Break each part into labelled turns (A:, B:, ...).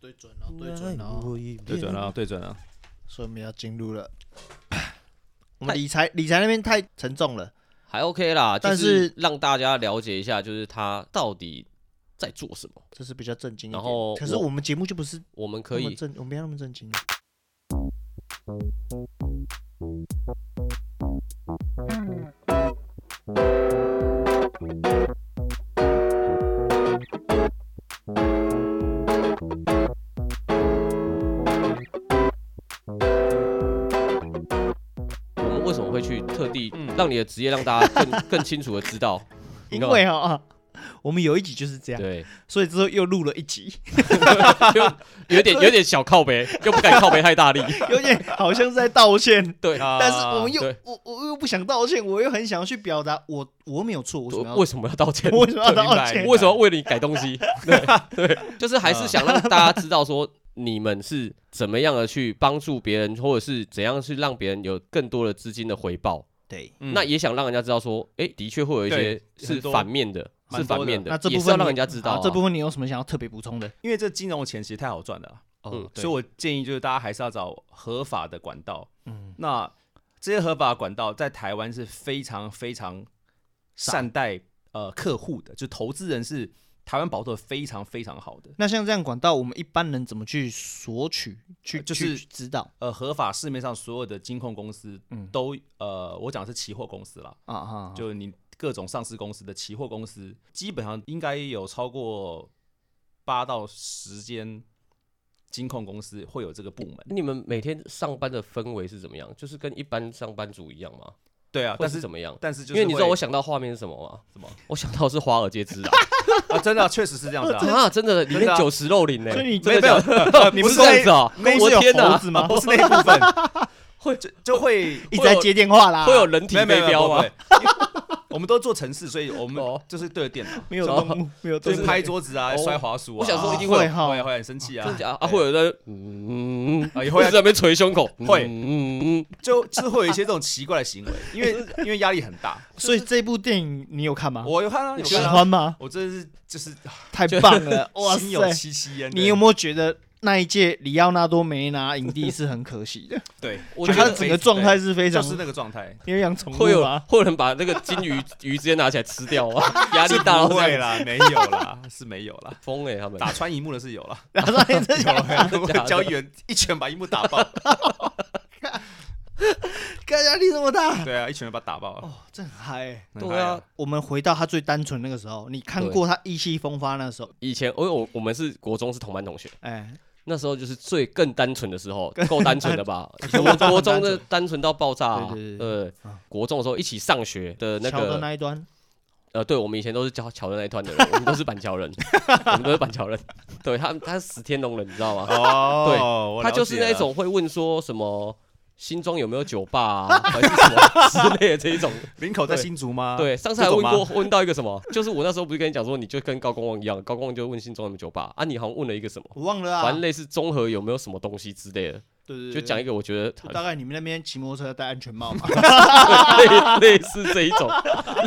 A: 对准
B: 嗯
A: 了，对准了，
C: 对 准了，对准了。
A: 所以我们要进 入了。我们理财理财那边太沉重了，
B: 还 OK 啦，就
A: 但
B: 是
A: 是
B: 让大家了解一下，就是他到底在做什么。
A: 这是比较震惊一点。
B: 然后
A: 可是
B: 我
A: 我们节目就不是
B: 我们
A: 那
B: 可
A: 么
B: 以
A: 震，我们不要那么啊震惊。
B: 我们为什么会去特地
C: 嗯
B: 让你的职业让大家更更清楚的知道？你
A: 因
B: 干嘛
A: 为啊，我们有一集就是这样，
B: 对，
A: 所以之后又录了一集，
B: 就有点有点小靠背，又不敢靠背太大力。
A: 有点好像是在道 歉，
B: 对，
A: 但是我们又
B: 啊对
A: 我我又不想道歉，我又很想要去表达我我没有错，我什么要
B: 为什么要道歉？
A: 我为什么要道
C: 明
A: 歉
C: 白？
B: 为什么要为你改东西？对对，就是还是想让大家知道说你们是怎么样的去帮助别人，或者是怎样去让别人有更多的资金的回报。
A: 对，
C: 嗯
B: 那也想让人家知道说，哎，的确会有一些
C: 对
B: 是
C: 很多
B: 反面的，
C: 蛮
B: 是
C: 多
B: 反
C: 的
B: 面
A: 那
B: 的，
A: 这
B: 也
A: 部
B: 是要
A: 分
B: 让
A: 你
B: 人家知道
A: 好
B: 啊。
A: 这部分你有什么想要特别补充的？
C: 因为这金融钱其实太好赚了啊，
A: 哦
B: 嗯
C: 所以我建议就是大家还是要找合法的管道。
A: 嗯，
C: 那这些合法的管道在台湾是非常非常善待呃客户的，就投资人是台湾保护的非常非常好的。
A: 那像这样管道，我们一般人怎么去索取？去
C: 呃就
A: 去
C: 是
A: 知道
C: 呃，合法市面上所有的金控公司
A: 嗯
C: 都、呃，我讲的是期货公司啦，
A: 啊啊，
C: 就你各种上市公司的期货公司，基本上应该有超过八到十间金控公司会有这个部门。
B: 你们每天上班的氛围是怎么样？就是跟一般上班族一样吗？
C: 对啊，
B: 或
C: 但
B: 是
C: 是
B: 怎么样？
C: 但是就是
B: 因为你知道
C: 会
B: 我想到画面是什么吗？
C: 什么
B: 我想到是华尔街 之狼
C: 啊，真的啊确、实是这样子啊。
B: 啊， 真的里面
C: 真的啊
B: 九十肉林呢，
A: 所以你
B: 真的
C: 没有
B: 假的
C: 呃
B: 你
C: 你
B: 不
C: 不是
B: 是这样
C: 在
B: 子啊！
A: 那
B: 我
A: 是有
B: 天
A: 猴
B: 哪，
A: 子 吗？
C: 啊不是那一 部分，会就就会
A: 一直在接电话啦，
B: 会有人体
C: 啊没有没
B: 飞
C: 有没有
B: 镖
C: 不
B: 吗
C: 会？我们都做城市，所以我们
B: 哦
C: 就是对着 电脑，
A: 没有动物，没有
C: 就
A: 动
C: 是
A: 物，
C: 拍桌子啊，
B: 哦
C: 摔滑鼠啊。
B: 我想说一定
A: 哦会
B: 会
A: 哈
C: 会，会很生气啊，
B: 真的假的啊？
C: 对
B: 会有人嗯
C: 啊也会啊
B: 在那边捶胸口，
C: 会
B: 嗯嗯
C: 就就是会有一些这种奇怪的行为，因 为因为压力很大。
B: 啊
A: 所以这部电影你有看吗？
C: 我有看啊，有
A: 喜
C: 看啊，
A: 欢吗？
C: 我真的是 就是
A: 太棒了，哇
C: 心有
A: 塞！
C: 戚戚焉。
A: 你有没有觉得那一届里奥纳多没拿影帝是很可惜的？
C: 对？对，
B: 我
A: 就
B: 觉
A: 他
B: 得
A: 的整个状态是非
C: 对
A: 常，
C: 就是那个状态，
A: 因为养宠
B: 嗯会
A: 物
B: 有
A: 啊，
B: 会有人把那个金鱼鱼直接拿起来吃掉 啊？压力大到
C: 不
B: 这
C: 会
B: 样
C: 啦，没有啦，是没有啦。
B: 疯哎他们
C: 打穿荧幕的是有 啦，
A: 然后他一直
C: 有
A: 讲，
C: 啦，哦我
B: 假的
C: 交易员一拳把荧幕打 爆，
A: 干压力这么大，
C: 对啊，一拳把他打爆。
A: 哦，这很嗨欸。
C: 很
B: 对
C: 嗨
B: 啊，，
A: 我们回到他最单纯那个时候，你看
B: 对
A: 过他意气风发那时候？
B: 以前我我我们是国中是同班同学，
A: 哎，
B: 那时候就是最更单纯的时候，够单纯的吧？
A: 纯
B: 国国中的单纯到爆炸啊、
A: 对对
B: 呃
A: 啊，
B: 国中的时候一起上学的那
A: 桥的
B: 个，
A: 那一端，
B: 呃，对我们以前都是桥桥的那一团的人，我们都是板桥人， 我们都是板桥人。对他，他是死天龙人，你知道吗？
C: 哦，我
B: 他
C: 了
B: 就是
C: 解
B: 那
C: 了
B: 种会问说什么新庄有没有酒吧啊，还是什么之类的这一种。
C: 林口在
B: 对
C: 新竹吗？
B: 对，上次还
C: 啊这
B: 问
C: 种吗
B: 过， 问到一个什么，就是我那时候不是跟你讲说，你就跟高光旺一样，高光旺就问新庄有没有酒吧啊，你好像问了一个什么，
A: 我忘了啊
B: 反。正类似综合有没有什么东西之类的。
A: 对对，对
B: 就讲一个我觉得
A: 就大概你们那边骑摩托车戴安全帽 嘛，
B: 很 类类似这一种，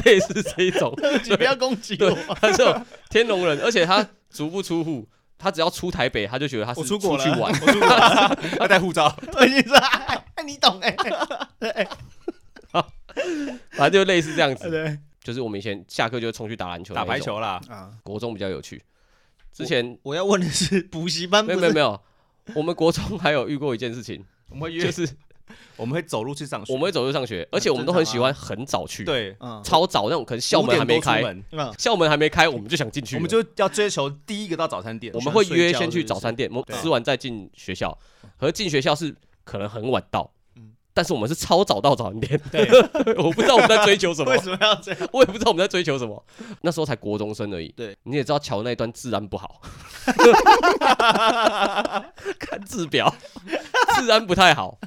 B: 类似这一种，
A: 你不要攻击
B: 对
A: 我。，
B: 他就天龙人，而且他足不出户，他只要出台北，他就觉得他是
A: 我出国了
B: 去玩，
C: 我出国了，要带护照。
A: 我就说，哎你懂哎，
B: 反正就类似这样子。
A: 对
B: 就是我们以前下课就冲去打篮球，
C: 打排，球啦，
A: 啊。
B: 国中比较有趣。之前
A: 我要问的是，补习班不
B: 没
A: 是
B: 有没有没有，我们国中还有遇过一件事情，
C: 我们会
B: 就
C: 约，
B: 是
C: 我们会走路去上学。
B: 我们会走路上
C: 嗯
B: 学，而且我们都很喜欢很早去，，
C: 啊对，
A: 嗯，
B: 超早那种，可能校
C: 五
B: 门
C: 点
B: 还没
C: 多出
B: 开，
C: 门
A: 嗯
B: 校门还没开，我们就想进去了，
C: 我们就要追求第一个到早餐店。
B: 我们会约
C: 喜欢睡觉
B: 先去早餐店，我
C: 对
B: 们吃完再进学校。可是进学校是可能很晚到
A: 嗯，
B: 但是我们是超早到早餐店。
C: 是不是。对，
B: 我不知道我们在 追求什么
A: 嗯为，什么要这样？
B: 我也不知道我们在追求什么。那时候才国中生而已。
A: 对，
B: 你也知道桥那一段治安 不好，看字表，治安不太好。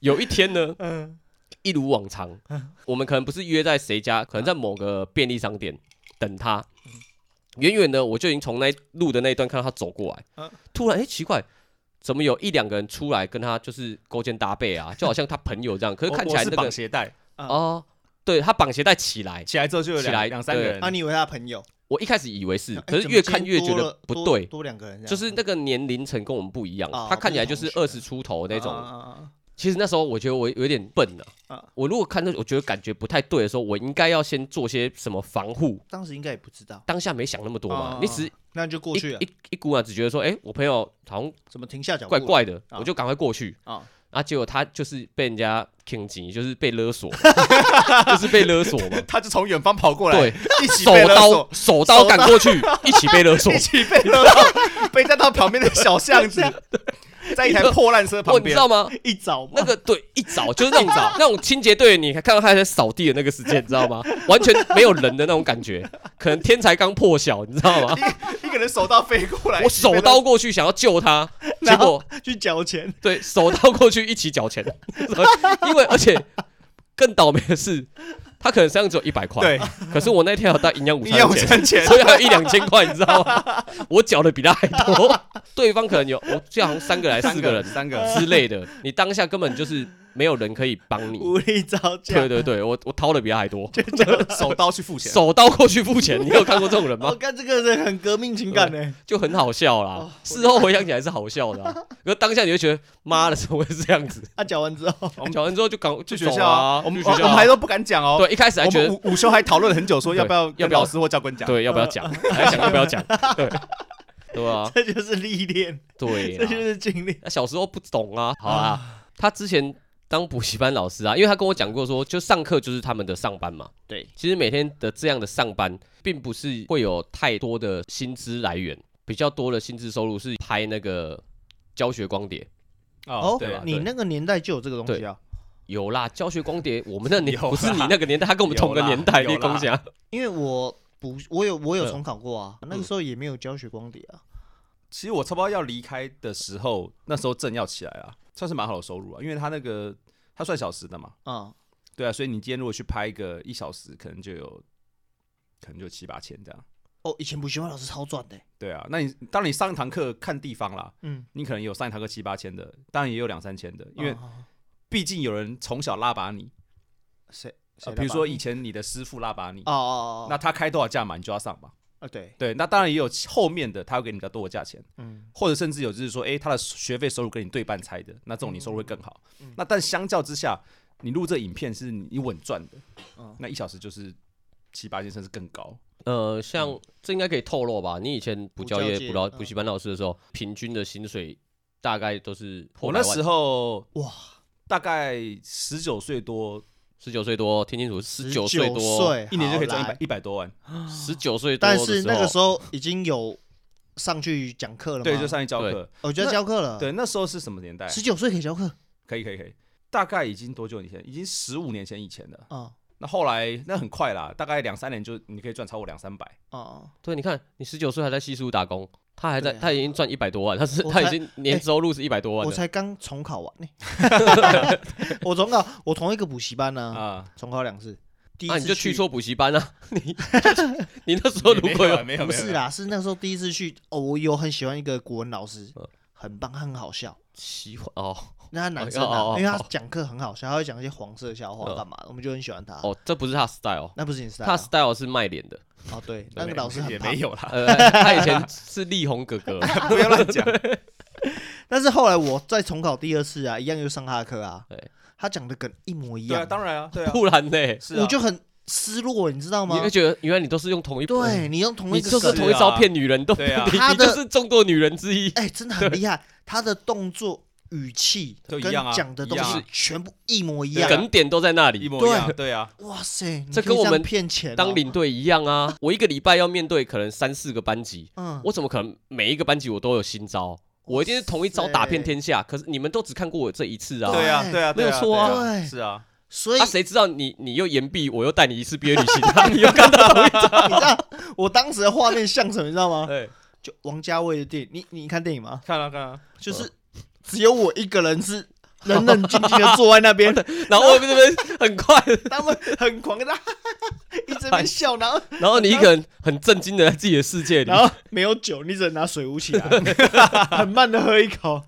B: 有一天呢，
A: 嗯，
B: 一如往常，我们可能不是约在谁家，可能在某个便利商店等他。
A: 嗯
B: 远远的我就已经从那路的那一段看到他走过来
A: 嗯，
B: 突然哎、诶奇怪，怎么有一两个人出来跟他就是勾肩搭背啊，就好像他朋友这样，
A: 哦
B: 可是
C: 我
B: 看起来
C: 我是
B: 那个
C: 绑鞋带，
A: 嗯
B: 哦，对他绑鞋带起来，
C: 起来之后就有
B: 起来
C: 两两三个
B: 对
C: 人
A: 啊，。你以为他朋友？
B: 我一开始以为是，
A: 哎
B: 可是
A: 怎么
B: 越
A: 今
B: 看
A: 天
B: 越
A: 多
B: 觉
A: 了
B: 得不
A: 多
B: 对，
A: 多两个人这样，
B: 就是那个年龄层跟我们不一样
A: 哦，
B: 他看起来就是
A: 不
B: 二
A: 是
B: 十
A: 同
B: 出头那
A: 啊
B: 种。
A: 啊啊啊
B: 其实那时候我觉得我有点笨啊
A: 啊，
B: 我如果看到我觉得感觉不太对的时候，我应该要先做些什么防护。
A: 当时应该也不知道，
B: 当下没想那么多嘛
A: 哦，
B: 你只是
A: 那你就过
B: 一
A: 去了，
B: 一一股脑只觉得说，哎，我朋友好像
A: 怎么停下脚步
B: 怪
A: 了？
B: 怪的，
A: 啊
B: 我就赶快过去
A: 啊
B: 啊。结果他就是被人家 king 就是被勒索， 就是被勒索嘛。
C: 他就从远方跑过来，
B: 对，
A: 一起
B: 手
A: 被勒
B: 刀
A: 索，
B: 手刀赶过去，一起被勒 索
A: 一。 起被勒索，背在他旁边的小巷 子，在一台破烂车
B: 哦，
A: 旁
B: 你知
A: 边，
B: 道吗？
A: 一早嘛
B: 那个对，一早就是那种 那种清洁队，你看到他在扫地的那个时间，你知道吗？完全没有人的那种感觉，可能天才刚破晓，你知道吗？
A: 一个人手刀飞过来，
B: 我手刀过去想要救他，结
A: 然
B: 果
A: 后去缴钱，
B: 对手刀过去一起缴钱， 因为而且更倒霉的是，他可能身上只有一百块，
A: 对，
B: 可是我那天有带营养午
A: 你
B: 餐
A: 要
B: 的
A: 我
B: 钱，
A: 赚钱，
B: 所以还有一两千块，你知道吗？我缴的比他还多，对方可能有我记得好像三个来四
C: 三
B: 个
C: 个
B: 人
C: 人，三个人，
B: 之类的，你当下根本就是没有人可以帮你。
A: 无力招架，
B: 对对对，我我掏的比他 还多，
A: 就这样。
C: 手刀去付钱。
B: 手刀过去付钱，你有看过这种人
A: 我
C: 哦
B: 吗？
A: 看哦这个人很革命情感哎呢，
B: 就很好笑
A: 哦
B: 啦。事后回想起来是好笑的啊，可是当下你就觉得妈的怎么会这样 子？
A: 他啊缴完之后，
C: 我们
B: 讲完之后就赶
C: 去
B: 去
C: 学校啊，我们
B: 去
C: 我
B: 学校
C: 们还
B: 啊。
C: 都不敢讲哦。
B: 对，一开始还
C: 我
B: 觉
C: 们
B: 得
C: 午午休还讨论了很久，说要不要
B: 要
C: 跟
B: 不要
C: 老师或教官讲。
B: 对要不 要讲，还想要不要讲？对啊对啊，
A: 这就是历练，
B: 对
A: 这就
B: 啊。
A: 是经历。
B: 那小时候不懂啊，好啦，他之前当补习班老师啊，因为他跟我讲过说，就上课就是他们的上班嘛。
A: 对，
B: 其实每天的这样的上班，并不是会有太多的薪资来源，比较多的薪资收入是拍那个教学光碟。
C: 哦
A: 哦，
C: 对啊，
A: 你那个年代就有这个东西啊，
B: 有啦，教学光碟，我们那年
C: 有啦
B: 不是你那个年代，他跟我们同个年代，
C: 有啦
B: 你跟我讲，
A: 因为我补我有我有
B: 嗯
A: 重考过啊，那个时候也没有教学光碟啊，
C: 其实我差不多要离开的时候，那时候正要起来啊，算是蛮好的收入啊，因为他那个他算小时的嘛，
A: 啊，
C: 对啊，所以你今天如果去拍一个一小时，可能就有，可能就七八千这样。
A: 哦，以前补习班老师超赚的欸，
C: 对啊，那你当你上一堂课看地方啦，
A: 嗯，
C: 你可能有上一堂课七八千的，当然也有两三千的，因为
A: 啊啊
C: 毕竟有人从小拉拔你，
A: 谁
C: 呃
A: 谁
C: 比如说以
A: 前
C: 前你的师傅拉拔你，
A: 哦哦，哦
C: 那他开多少价嘛，你就要上嘛。
A: 啊对，
C: 对，那当然也有后面的，他会给你比较多的价钱，
A: 嗯，
C: 或者甚至有就是说，哎、他的学费收入跟你对半拆的，那这种你收入会更好。
A: 嗯
C: 那但相较之下，你录这影片是你稳赚的，
A: 嗯
C: 那一小时就是七八千，甚至更高。
B: 呃，像这应该可以透露吧？你以前补教
A: 补教
B: 业、
A: 界
B: 补老
A: 嗯
B: 补习班老师的时候，平均的薪水大概都是
C: 我那时
B: 候
C: 候
A: 哇，
C: 大概十九岁多，
B: 十九岁多，听清楚，十九岁
A: 岁
B: 多，
C: 一年就可以赚一
A: 好
C: 百
A: 来
C: 一百多万。
B: 十九岁多
A: 但
B: 的时候，
A: 是那个时候已经有上去讲课了吗，
C: 对，就上去教
B: 对
C: 课。
A: 我就要教课了，，
C: 对，那时候是什么年代？
A: 十九岁可以教课
C: 可以，可以，可以。大概已经多久以前？已经十五年前以前了。
A: 啊
C: 那后来那很快啦，大概两三年就你可以赚超过两三百。
A: 啊啊，
B: 对，你看，你十九岁还在西苏打工，他还在，
A: 对啊
B: 他已经赚一百多万，他是
A: 我
B: 他已
A: 才哎
B: 经年收入是一百多万啊
A: 我
B: 的。
A: 才刚重考 完呢，我重考，我同一个补习班呢，
C: 啊，
A: 重考两次，第一
B: 啊，
A: 次
B: 你就去错补习班啊！ 你你那时候如果
C: 没有
B: 有
C: 啊没有，
A: 不
C: 没有
A: 是，啦，是那时候第一次去哦，我有很喜欢一个国文老师
B: 嗯，
A: 很棒，他很好笑。
B: 喜欢哦
A: 那他男生
B: 哦哦哦
A: 啊，因为他
B: 哦
A: 讲课很好笑，他会讲一些黄色笑话
B: 嗯
A: 干嘛的，我们就很喜欢他。
B: 哦，这不是他 style，
A: 那不是你 style
B: 他
A: 啊
B: style 是卖脸 的。
A: 哦，对，
C: 对
A: 那个老师很
C: 也
A: 胖
C: 没，有啦，
B: 呃，他以前是力宏 哥哥，
C: 不要乱讲。
A: 但是后来我再重考第二次啊，一样又上他的课啊
B: 对，
A: 他讲的梗一模一
C: 对啊，
A: 样，
C: 当然啊，对啊，
B: 不然呢？
C: 是啊
A: 我就很失落，你知道
B: 你
A: 吗
B: 会？觉得原来你都是用同一，嗯
A: 对你用同
B: 你
A: 一个
B: 就是
A: 梗啊
B: 同一招骗女人，都
C: 对啊
B: 你
A: 他
B: 你
A: 的
B: 就是众多女人之一。
A: 哎，真的很厉害，他的动作、语气
C: 都
A: 跟
C: 一样啊
A: 讲的东
C: 一样
A: 西
C: 啊
A: 全部一模一
C: 对啊
A: 样。
B: 梗点都在那
C: 一
B: 里，
C: 模一样，对啊，
A: 哇塞，你
B: 这
A: 可以
B: 跟我
A: 样
B: 们
A: 骗钱哦
B: 当领队一样啊！我一个礼拜要面对可能三四个班级，
A: 嗯，
B: 我怎么可能每一个班级我都有新招？我一定是同一招打遍天下。可是你们都只看过我这一次啊！
C: 对啊，
A: 对
C: 对啊，
B: 没有
C: 对啊
B: 错啊
C: 对
A: 对
C: 是啊，
A: 所以
B: 啊，谁知道你你又言必，我又带你一次毕业旅行 啊！你又看到同一张，
A: 你知道我当时的画面像什么，你知道
C: 啊
A: 吗？
B: 对，
A: 就王家卫的电影，你你看电影吗？
C: 哎看啊看啊，
B: 呃
A: 就是只有我一个人是 冷冷静静的坐在那 边，
B: 然后外面这边很快，
A: 他们很狂的， 一直在那边笑，然 后
B: 然后你一个人很震惊的在自己的世界里
A: 然，后没有酒，你只能拿水壶 起来，很慢的喝一口，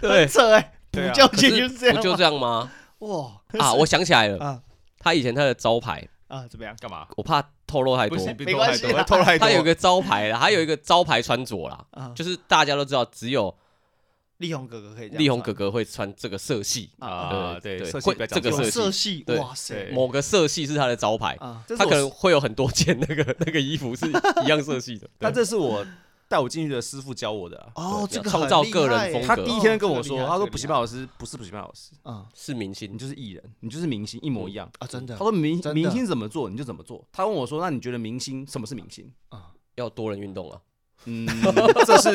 B: 对，
A: 这哎，补
C: 对啊
A: 教
B: 可
A: 界就是这
B: 是
A: 样吗，
B: 不就这样吗？
A: 哇
B: 啊啊，我想起来了，
A: 啊
B: 他以前他的招牌
A: 啊，怎么样？
C: 干嘛？
B: 我怕透露太
C: 不
B: 多。
C: 行，别
A: 没
C: 偷
A: 关
C: 太
A: 系
C: 多，
A: 啦
C: 偷太多。
B: 他有一个招牌啦，他有一个招牌穿着啦，
A: 啊，
B: 就是大家都知道，只有
A: 力宏哥哥可以这样
B: 力宏
A: 算
B: 哥哥会穿这个色系，
C: 啊，对，
B: 对对
C: 色系
B: 会
C: 比较
B: 这个
C: 讲究
B: 色
A: 有
B: 系
A: 色系，
B: 对
A: 哇塞
C: 对
B: 某个色系是他的招牌，
A: 啊！这是
B: 他
A: 我
B: 可能会有很多件那个 那个衣服是一样色 系的。
C: 但这是我带我进去的师傅教我的啊。
A: 哦，这个
B: 创
A: 很
B: 造
A: 厉
B: 个人
A: 害欸
B: 风
C: 哎他
B: 格
C: 第一天跟我
A: 哦这
C: 说，
A: 个厉害
C: 他
A: 这
C: 说
A: 个
C: 补习
A: 厉
C: 班
A: 害
C: 老师不是补习班老师，
A: 啊
B: 是明
C: 你
B: 星，
C: 就是艺人，你就是明星，一模一样。
A: 啊，真的
C: 他说明
A: 真的
C: 明星怎么做你就怎么做。他问我说，那你觉得明星什么是明星？
A: 啊，
B: 要多人运动啊。
C: 嗯，这是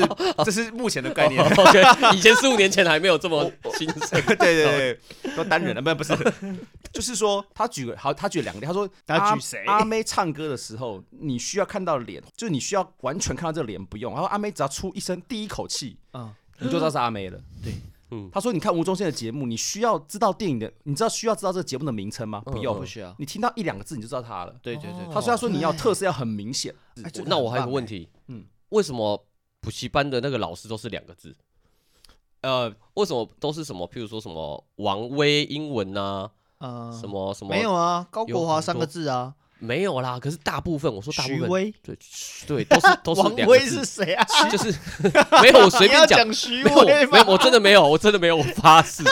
C: 这是目前的概念。
B: OK，以前四五年前还没有这么兴盛。
C: 对
A: 哦
C: 对对，都单人了，不不是， 就是说他举个好，他举了两个例，他说
A: 他
C: 阿
A: 举谁
C: 阿妹唱歌的时候，你需要看到脸，就是你需要完全看到这个脸不用。然后阿妹只要出一声第一口气，
A: 嗯
C: 你就知道是阿妹了。
A: 对，
B: 嗯
C: 他说你看吴宗宪的节目，你需要知道电影的，你知道需要知道这个节目的名称吗？不用，
A: 不需要
C: 你听到一两个字你就知道他了。
B: 对
A: 嗯对对
C: 哦他说他说你要
A: 对
C: 特色要很明显，
A: 哎这个
B: 那我还
A: 很
B: 有个
A: 棒
B: 问题，嗯
C: 嗯，
B: 为什么补习班的那个老师都是两个字？
C: 呃，
B: 为什么都是什么？譬如说什么王威英文呐、
A: 啊
C: 嗯
B: 什么什么
A: 没有啊？高
B: 有
A: 国华
B: 很
A: 三个
B: 多
A: 字啊，
B: 没有啦。可是大部分我说大部
A: 徐
B: 分
A: 威，
B: 对对都是都 是
A: 王
B: 两个
A: 威是
B: 字，
A: 谁啊？
B: 就是 没有我随
A: 你要
B: 便讲，
A: 讲 徐
B: 没有我
A: 威
B: 没
A: 吗
B: 有？我真的没有，我真的没有，我发誓。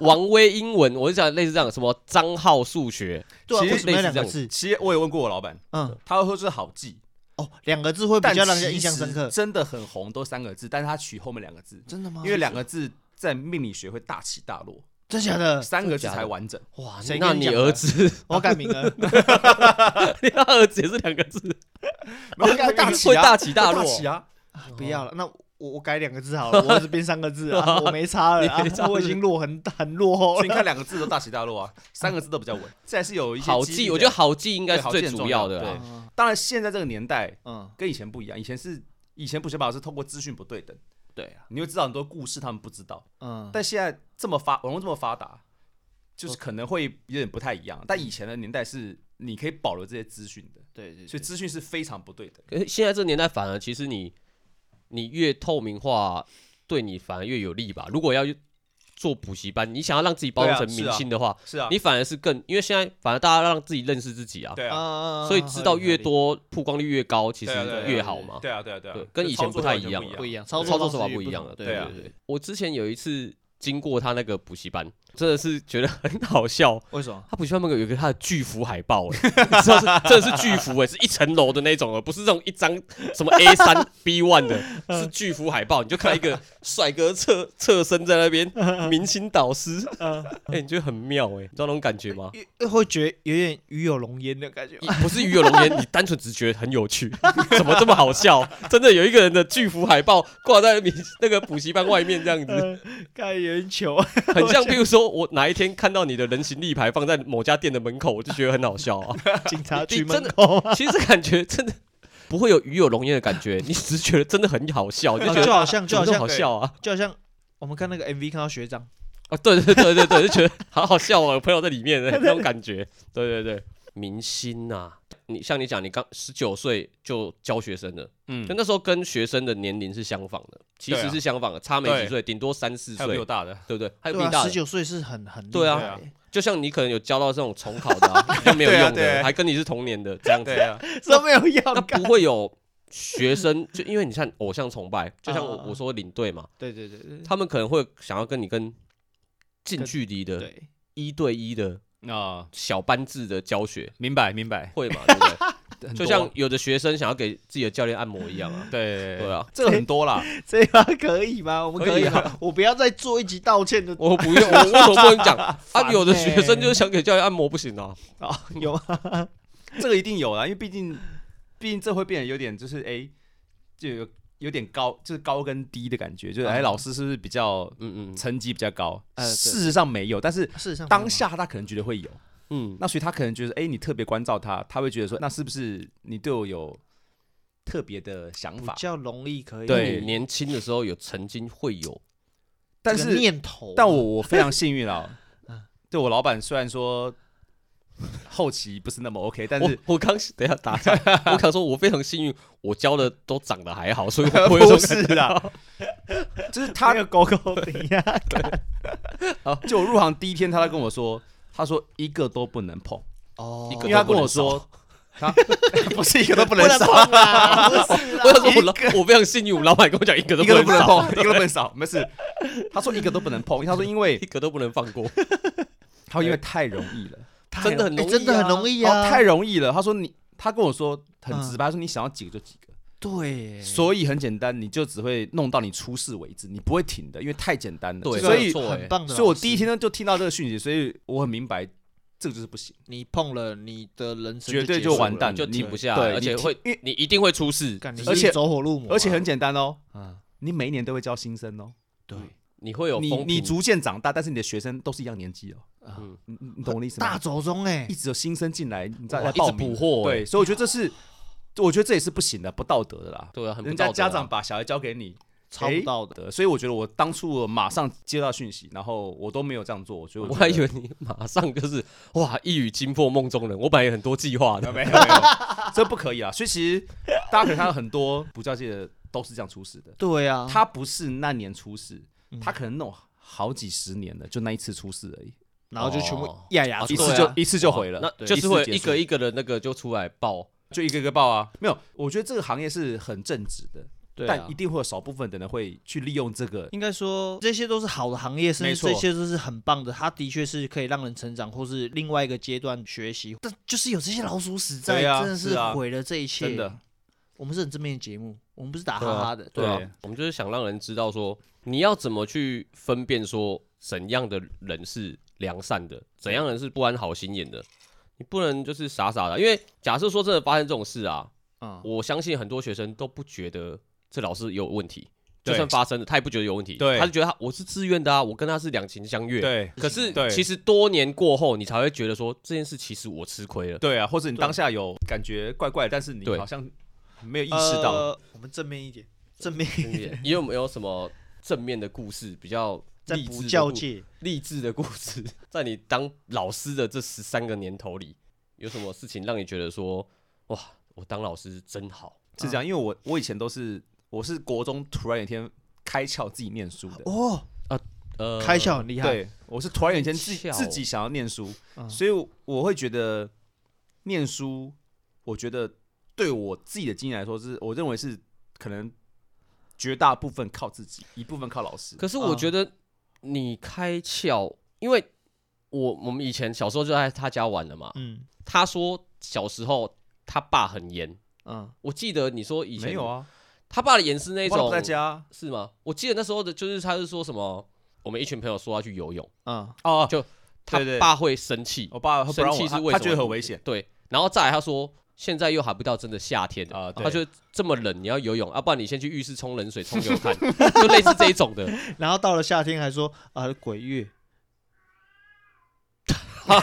B: 王威英文，我就想类似这样什么张浩数学，
A: 对啊，
C: 其实
A: 为什么
B: 类
A: 要
B: 似
A: 两
B: 这
A: 个
B: 样
A: 字？
C: 其实我也问过我老板，
A: 嗯，
C: 他会说这是好记，
A: 哦，两个字会比
C: 但
A: 较让人
C: 其
A: 印象
C: 实
A: 深刻，
C: 真的很红，都三个字，但是他取后面两个字，
A: 真
B: 哦
A: 的吗？
C: 因为两个字在命理学会大起大落，
A: 真假的，
C: 三个字
B: 嗯真的假
C: 才
B: 的
C: 完整。
B: 哇
A: 谁，
B: 那
A: 跟你
B: 你
A: 讲的
B: 儿子，
A: 我改名了，
B: 你儿子也是两个字，
C: 没有会大起
B: 会
C: 啊
B: 大起大
C: 会
B: 落
C: 大起啊！
A: 不要了，那我我改两个字 好了，我只变三个字啊，我没差了啊
B: 你没差，
A: 我已经落很 很落后
C: 所以你
A: 了。
C: 看两个字都大起大落啊，三个字都比较稳。这还是有一些
B: 好
C: 激励
B: 记，
C: 的
B: 我觉得好记应该
C: 对
B: 是
C: 好
B: 最
C: 记很
B: 主
C: 重
B: 要
C: 要
B: 的啦
C: 对。
A: 啊
C: 当然现在这个年代
A: 嗯，
C: 跟以前不一样，以前是以前补习班老师通过资讯不对等，
B: 对啊，
C: 你会知道很多故事他们不知道，
A: 嗯，
C: 但现在这么发网络这么发达，
B: 嗯
C: 就是可能会有点不太一样。但以前的年代是你可以保留这些资讯的，
A: 对对
C: 所以资讯是非常不对等。
B: 可是现在这个年代，反而其实你你越透明化，对你反而越有利吧？如果要做补习班，你想要让自己包装成
C: 对啊
B: 明星的话，
C: 是啊，
B: 你反而是更，因为现在反而大家让自己认识自己啊，
C: 对啊，
A: 啊
B: 所以知道越多曝光率越高，其实
C: 对啊对啊
B: 越好嘛。
C: 对啊，对啊，对啊
B: 对，跟以前不太一样啊
C: 就操作完全
A: 不一样，
B: 操
A: 操
B: 作
A: 作
B: 手法
A: 方式
B: 不一
A: 也
B: 样
A: 同
B: 了，
A: 对
C: 对啊
A: 对，
B: 我之前有一次经过他那个补习班，真的是觉得很好笑。
A: 为什么？
B: 他补习班门口有一个他的巨幅海报、欸，你知道是真的是巨幅哎、欸，是一层楼的那种哦，不是这种一张什么 A 三 B one 的，是巨幅海报，你就看一个帅哥侧侧身在那边，明星导师，哎、你觉得很妙 哎、欸，你知道那种感觉吗？
A: 又会觉得有点鱼有龙焉的感 觉
B: 一。不是鱼有龙颜，你单纯只觉得很有趣，怎么这么好笑？真的有一个人的巨幅海报挂在明那个补习班外面这样子，
A: 呃看圆球，
B: 很像，比如说我哪一天看到你的人形立牌放在某家店的门口，我就觉得很好 笑啊。
A: 警 察
B: 你
A: 局
B: 真
A: 门
B: 的
A: 口啊，
B: 其实感觉真的不会有鱼有龙焉的感觉，你只是觉得真的很好笑，就
A: 哦
B: 觉
A: 啊就
B: 得
A: 好像就好
B: 怎么那么
A: 像
B: 好笑啊
A: 就好像我们看那个 MV 看到学长，
B: 啊！对对对对对，就觉得好好笑啊，有朋友在里 面的那种感觉。对对对，明星呐、你像你讲，你刚十九岁就教学生了，
C: 嗯
B: 就那时候跟学生的年龄是相仿的，其实
C: 对啊
B: 是相仿的，差没几
C: 对
B: 岁，顶多三四
C: 还有比我
B: 岁，
C: 大的，
B: 对不对？还有
A: 对
B: 比你
A: 啊，
B: 大
A: 十
B: 的。
A: 九岁是很很
B: 对啊
A: 厉害
B: 就像你可能有教到这种重考 的、啊，比较没有
C: 对啊
B: 用
C: 对
B: 的，
C: 啊
B: 还跟你是同年的这样 子
C: 对。啊，
A: 这没有要
B: 那
A: 干
B: 不，会有学生，就因为你看偶像崇拜，就像
C: 嗯
B: 我
A: 啊
B: 我说领队嘛，
A: 对对对对
B: 他们可能会想要跟你跟近距离的
A: 对，
B: 一对一的
C: 啊，
B: 小班制的教学，
C: 明白明白，
B: 会嘛？对不对？
C: 很
B: 就
C: 多啊
B: 像有的学生想要给自己的教练按摩一样啊。
C: 对
B: 对，啊，
C: 这个很多啦，
A: 这一趴可以吗？我们
B: 可以
A: 以啊吗？我不要再做一集道歉的
B: 我不用， 我为什么不能 讲啊？
A: 烦
B: 有的
A: 欸
B: 学生就是想给教练按摩不行啊，
A: 啊，有吗？
C: 这个一定有啦，因为毕竟毕竟这会变得有点就是哎，就有有点高，就是高跟低的感觉，就是哎，
A: 嗯
C: 老师是不是比较
B: 嗯嗯
C: 成绩比较高？
A: 呃对
C: 事实上没有，但是
A: 事实上
C: 当下他可能觉得会有，
B: 嗯，
C: 那所以他可能觉得哎，你特别关照他，他会觉得说，那是不是你对我有特别的想
A: 啊比
C: 法？
A: 较容易可以
B: 因
C: 对
B: 为你年轻的时候有曾经会有，
C: 但
A: 这
C: 是
A: 个念头嗯啊，
C: 但我我非常幸运 啦，对我老板虽然说后期不是那么 OK，但
B: 我
C: 是
B: 我刚等一下 打岔，我想说我非常幸运，我教的都长得还好，所以 我不会
C: 不
B: 说
C: 是啦，就是
A: 他
C: 他
A: 那个狗狗啊等一下，
C: 就我入行第一天，他就跟我说，他说一个都不能碰，
A: 哦
B: 一
C: 因
B: 个
C: 为他跟我说，他
A: 不是一个都不
C: 不
A: 能
C: 能
A: 少
C: 少，
A: 不是
B: 我想说我
A: 一
B: 老
A: 个
B: 我非常幸运，我老板跟我讲一个都
A: 一个都不
B: 能
A: 能
B: 少，
A: 碰，一个 都不能少。
C: 没事，他说一个都不能碰，因为他说 因为
B: 一个都不能 放过，
C: 他说因为太容易了，
B: 真的很容易啊
A: 哎真的很容易
C: 哦
A: 啊，
C: 太容易了。他说你，他跟我说很
A: 嗯
C: 直白，他说你想要几个就几个，
A: 对，
C: 所以很简单，你就只会弄到你出事为止，你不会停的，因为太简单了。
B: 对
C: 所
B: 没
C: 以
B: 错欸
A: 这个很棒的老师。
C: 所以我第一天呢就听到这个讯息，所以我很明白这个就是不行，
A: 你碰了，你的人生
C: 绝对
A: 结束
C: 就完
A: 了
C: 蛋了，
B: 就停
C: 你
B: 不下
C: 对
B: 来，而且
C: 你
B: 会
C: 因为
B: 你一定会出事，
A: 干你
C: 而且
A: 是走火入魔啊，
C: 而且很简单哦，
A: 啊，
C: 你每一年都会教新生哦，
A: 对，
B: 你会有
C: 你
B: 风
C: 你
B: 评
C: 逐渐长大，但是你的学生都是一样年纪哦，
B: 嗯
C: 你你你懂我的意思吗？
A: 大走中哎
C: 一，直有新生进来，你再
B: 哇
C: 来
B: 一直
C: 报名
B: 捕获欸
C: 对，所以我觉得这是，我觉得这也是不行的，不道德的啦。
B: 对啊，很不
C: 人家
B: 道德
C: 家
B: 啊
C: 长把小孩交给你，
A: 超不到的。
C: 的，所以我觉得我当初我马上接到讯息，然后我都没有这样做，我觉得
B: 我
C: 觉
B: 还以
C: 得
B: 为 你马上就是哇一语惊破梦中人，我本来有很多计划 的，
C: 没有没有，这不可以啊。所以其实大家可以看到很多补教界的都是这样出事的，
A: 对啊，
C: 他不是那年出事，他可能弄好几十年了，就那一次出事而已，
A: 然后就全部
B: 哦
A: 压牙
B: 啊
A: 出
C: 一
B: 对
C: 次就一次哦就毁了，
B: 那
C: 对
B: 就是会一
C: 次结束
B: 个一个的那个就出来爆，
C: 就一个一个报啊。没有，我觉得这个行业是很正直的，
B: 对啊
C: 但一定会有少部分的人会去利用这个。
A: 应该说这些都是好的行业，甚
C: 没
A: 至
C: 错
A: 这些都是很棒的，它的确是可以让人成长，或是另外一个阶段学习。但就是有这些老鼠屎在，
C: 对啊
A: 真的
C: 是
A: 是
C: 啊
A: 毁了这一切。
C: 真的，
A: 我们是很正面的节目，我们不是打哈哈的。
C: 对
B: 啊，我们就是想让人知道说你要怎么去分辨说怎样的人是良善的，怎样的人是不安好心眼的，你不能就是傻傻的，因为假设说真的发生这种事啊，
A: 嗯，
B: 我相信很多学生都不觉得这老师有问题，
C: 对
B: 就算发生了，他也不觉得有问题，
C: 对
B: 他就觉得他我是自愿的啊，我跟他是两情相悦，。
C: 对
B: 可是
C: 对
B: 其实多年过后，你才会觉得说这件事其实我吃 亏了。
C: 对啊，或者你当下有感觉怪怪的，但是你
B: 对
C: 好像没有意识到。
A: 呃我们正面一点，正面一点，
B: 你有没有什么正面的故事，比较
A: 在
B: 励
A: 补
B: 志
A: 教
B: 的故
A: 界
B: 励志的故事， 在你当老师的这十三个年头里，有什么事情让你觉得说，哇，我当老师真好？
C: 是这样，因为我我以前都是我是国中突然有一天开窍自己念书的，
A: 哦，
B: 呃
A: 开窍很厉害。
C: 对我是突然有一天自己
B: 开窍
C: 自己想要念书，
A: 嗯
C: 所以我我会觉得念书，我觉得对我自己的经验来说是，我认为是可能绝大部分靠自己，一部分靠老师。
B: 可是我觉
C: 嗯
B: 得你开窍，因为我我们以前小时候就在他家玩了嘛。
A: 嗯
B: 他说小时候他爸很严，
A: 嗯，
B: 我记得你说以前
C: 没有，啊，
B: 他爸的严是那
C: 我爸都
B: 种
C: 不在家啊
B: 是吗？我记得那时候的就是他是说什么，我们一群朋友说要去游泳，
A: 嗯，
C: 哦，
B: 就他
C: 对对
B: 爸会生气，
C: 我爸会不
B: 生
C: 让我
B: 气是
C: 他
B: 为什
C: 他
B: 么？
C: 觉得很危险。
B: 对，然后再来他说现在又还不到真的夏天
C: 啊对
B: 他觉得这么冷，你要游泳，要、啊不然你先去浴室冲冷水冲给我看， 就类似这一种的。
A: 然后到了夏天还说啊鬼 月，
C: 好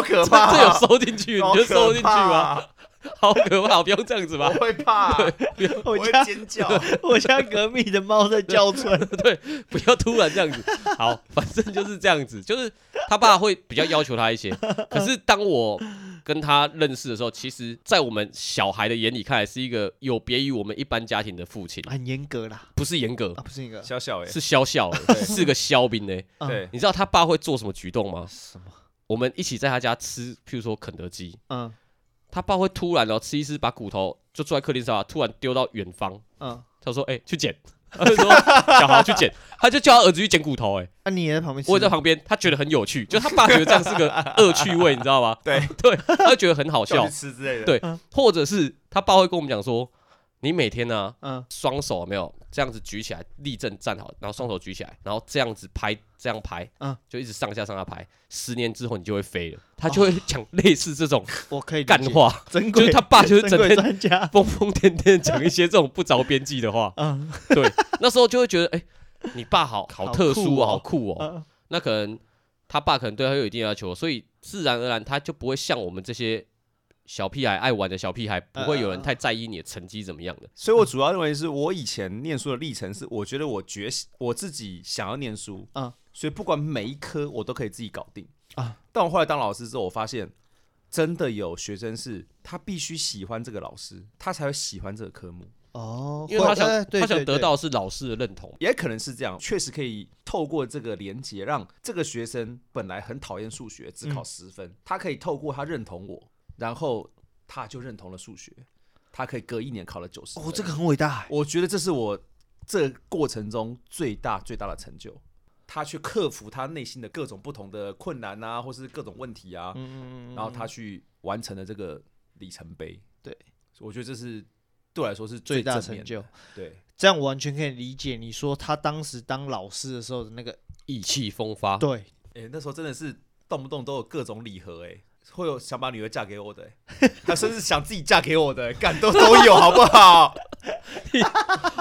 C: 可
B: 这这 有收进去，你
C: 好
B: 就
C: 可
B: 收进去吧。
C: 怕，
B: 好可怕，不用这样子吧
C: 我。会怕，我
A: 我
C: 会
A: 家
C: 尖叫。
A: 我家隔壁的猫在叫 春，
B: 对，不要突然这样子。好， 反正就是这样子，就是他爸会比较要求他一些。可是当我跟他认识的时候，其实，在我们小孩的眼里看来，是一个有别于我们一般家庭的父亲，
A: 很严格啦
B: 不是严格
A: 啊，，不是那个
C: 小小哎，
B: 是肖笑欸，是个肖兵呢。
A: 嗯
C: 对，
B: 你知道他爸会做什么举动吗？
A: 什么
B: 我们一起在他家吃，譬如说肯德基，
A: 嗯
B: 他爸会突然哦吃一吃，把骨头就坐在客厅沙发，突然丢到远方。
A: 嗯，
B: 他说：“哎、去捡。” 他就说：“小豪去捡。” 他就叫他儿子去捡骨头、哎，
A: 那啊你也在旁边吃，
B: 我也在旁边，他觉得很有趣，就他爸觉得这样是个恶趣味，你知 道吗？
C: 对
B: 对，他就觉得很好
C: 叫
B: 笑
C: 去。吃之类的。
B: 对或者是他爸会跟我们讲说：“你每天呢、
A: 嗯
B: 双手有没有这样子举起来，立正站好，然后双手举起来，然后这样子拍，这样拍，
A: 嗯
B: 就一直上下上下拍。十年之后你就会飞了。”他就会讲类似这种
A: 我可哦 以理解
B: 干，话，
A: 珍
B: 就
A: 贵
B: 是他爸就是整
A: 珍贵
B: 天
A: 专家，
B: 疯疯癫癫地讲一些这种不着边际 的话。
A: 嗯
B: 对，那时候就会觉得，哎、你爸好好
A: 好
B: 特殊
A: 酷
B: 哦，
A: 哦
B: 好酷哦。
A: 嗯
B: 那可能他爸可能对他有一定要求，所以自然而然他就不会像我们这些小屁孩爱玩的小屁孩，不会有人太在意你的成绩怎么样的。
C: 所以
A: 嗯
C: 我主要认为是我以前念书的历程是，我觉得我觉醒我自己想要念书，
A: 嗯
C: 嗯，所以不管每一科我都可以自己搞定
A: 啊
C: 啊。但我后来当老师之后，我发现真的有学生是他必须喜欢这个老师，他才会喜欢这个科目。
A: 哦，
B: 因为他
A: 会
B: 想
A: 哎对
B: 他想
A: 对
B: 得
A: 对
B: 到的是老师的认同。
C: 也可能是这样，确实可以透过这个连接，让这个学生本来很讨厌数学，只
A: 嗯
C: 考十分，他可以透过他认同我，然后他就认同了数学，他可以隔一年考了九十。
A: 哦，这个，很伟大哎，
C: 我觉得这是我这过程中最大最大的成就。他去克服他内心的各种不同的困难啊，或是各种问题啊，
A: 嗯
C: 然后他去完成了这个里程碑。
A: 对，
C: 我觉得这是对我来说是
A: 最大
C: 正面
A: 成
C: 的。
A: 就。
C: 对，
A: 这样我完全可以理解你说他当时当老师的时候的 那个
B: 意气 风发，
A: 对，
C: 哎、那时候真的是动不动都有各种礼盒、哎，会有想把女儿嫁给我的、 哎还甚至想自己嫁给我的、哎干都都有，好不好？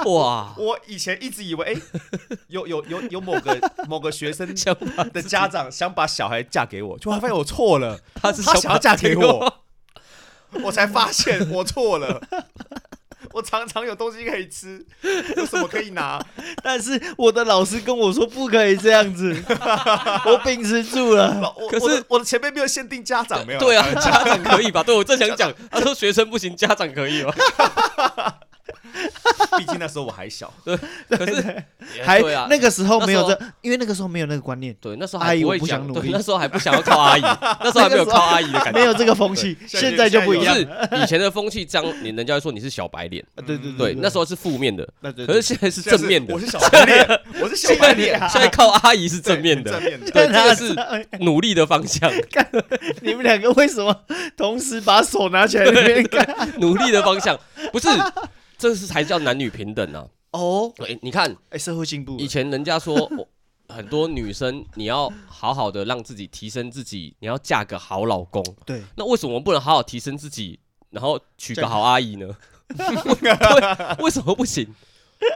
B: 哇，
C: 我以前一直以为，哎、 有有有有某个某个学生
B: 想把
C: 的家长想把小孩嫁 给我，就发现我错了，
B: 他是
C: 他想要嫁给我
B: 我，哦
C: 我才发现我错了。 我常常有东西可以吃，有什么可以 拿？
A: 但是我的老师跟我说不可以这样子， 我秉持住了。
C: 老我
B: 可是
C: 我的我的前辈没有限定家长，没有
B: 对啊，家长 可以吧？对我正想讲，他说学生不行，家长可以吗？
C: 毕竟那时候我还 小。
B: 可是
A: 还、
B: 对啊，
A: 那个时候没有
B: 那时
A: 这，因为那个时候没有那个观念，
B: 对那时候
A: 阿
B: 还
A: 姨
B: 不
A: 我
B: 会
A: 不想
B: 讲，
A: 努
B: 对
A: 力
B: 那时候还不想要靠阿姨，那时候还没有靠阿姨的 感
A: 没
B: 觉。
A: 有这个风 气，
C: 对
A: 现在就不一
B: 不
A: 样
B: 是。以前的风气，这样你人家会说你是小白脸，
A: 啊对
C: 嗯
A: 对
B: 对，那时
A: 候
B: 候是负面的，
A: 那对
B: 可
A: 对
B: 是现在是嗯正面的
C: 我。是小白脸，我是小白脸，
B: 现在靠阿姨是正面
C: 对
B: 的
C: 正，面的。
B: 对，这
A: 那
B: 个是努力的方向，
A: 哎你们两个为什么同时把手拿起来那边 看？
B: 努力的方向，不是，这是才叫男女平等啊！
A: 哦，
B: 对，你看
A: 哎，社会进步了
B: 以前人家说，我很多女生你要好好的让自己提升自己，你要嫁个好老公，
A: 对，
B: 那为什么不能好好提升自己，然后娶个好阿姨 呢？对，为什么不行？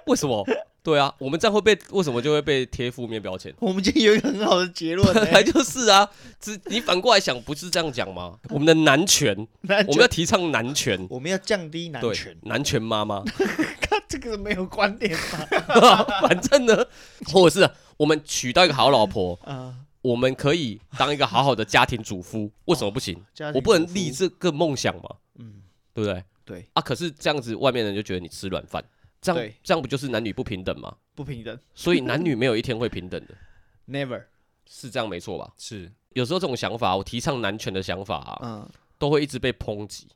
B: 为什么？对啊，我们这样会被为什么就会被贴负面标签？
A: 我们今天有一个很好的结论
B: 本
A: 哎，
B: 来 就是啊，只你反过来想，不是这样讲吗？我们的男权，
A: 那就
B: 我们 要提倡男权，
A: 我们要降低男
B: 对
A: 权，，
B: 男权 妈妈。
A: 看这个没有观 点吧？
B: 反正呢，或者是我们娶到一个好老婆，
A: 啊，
B: 我们可以当一个好好的家庭主夫，为什么不行？
A: 哦家庭
B: 我不能
A: 主妇
B: 立，这个梦想嘛，
A: 嗯，
B: 对不对？
A: 对，
B: 啊，可是这样子，外面人就觉得你吃软饭，这样
A: 对
B: 这样不就是男女不平等吗？
A: 不平等
B: 所以男女没有一天会平等的，
A: ，never，
B: 是这样没错吧？
C: 是，
B: 有时候这种想法，我提倡男权的想法啊，
A: 嗯，
B: 都会一直被抨击。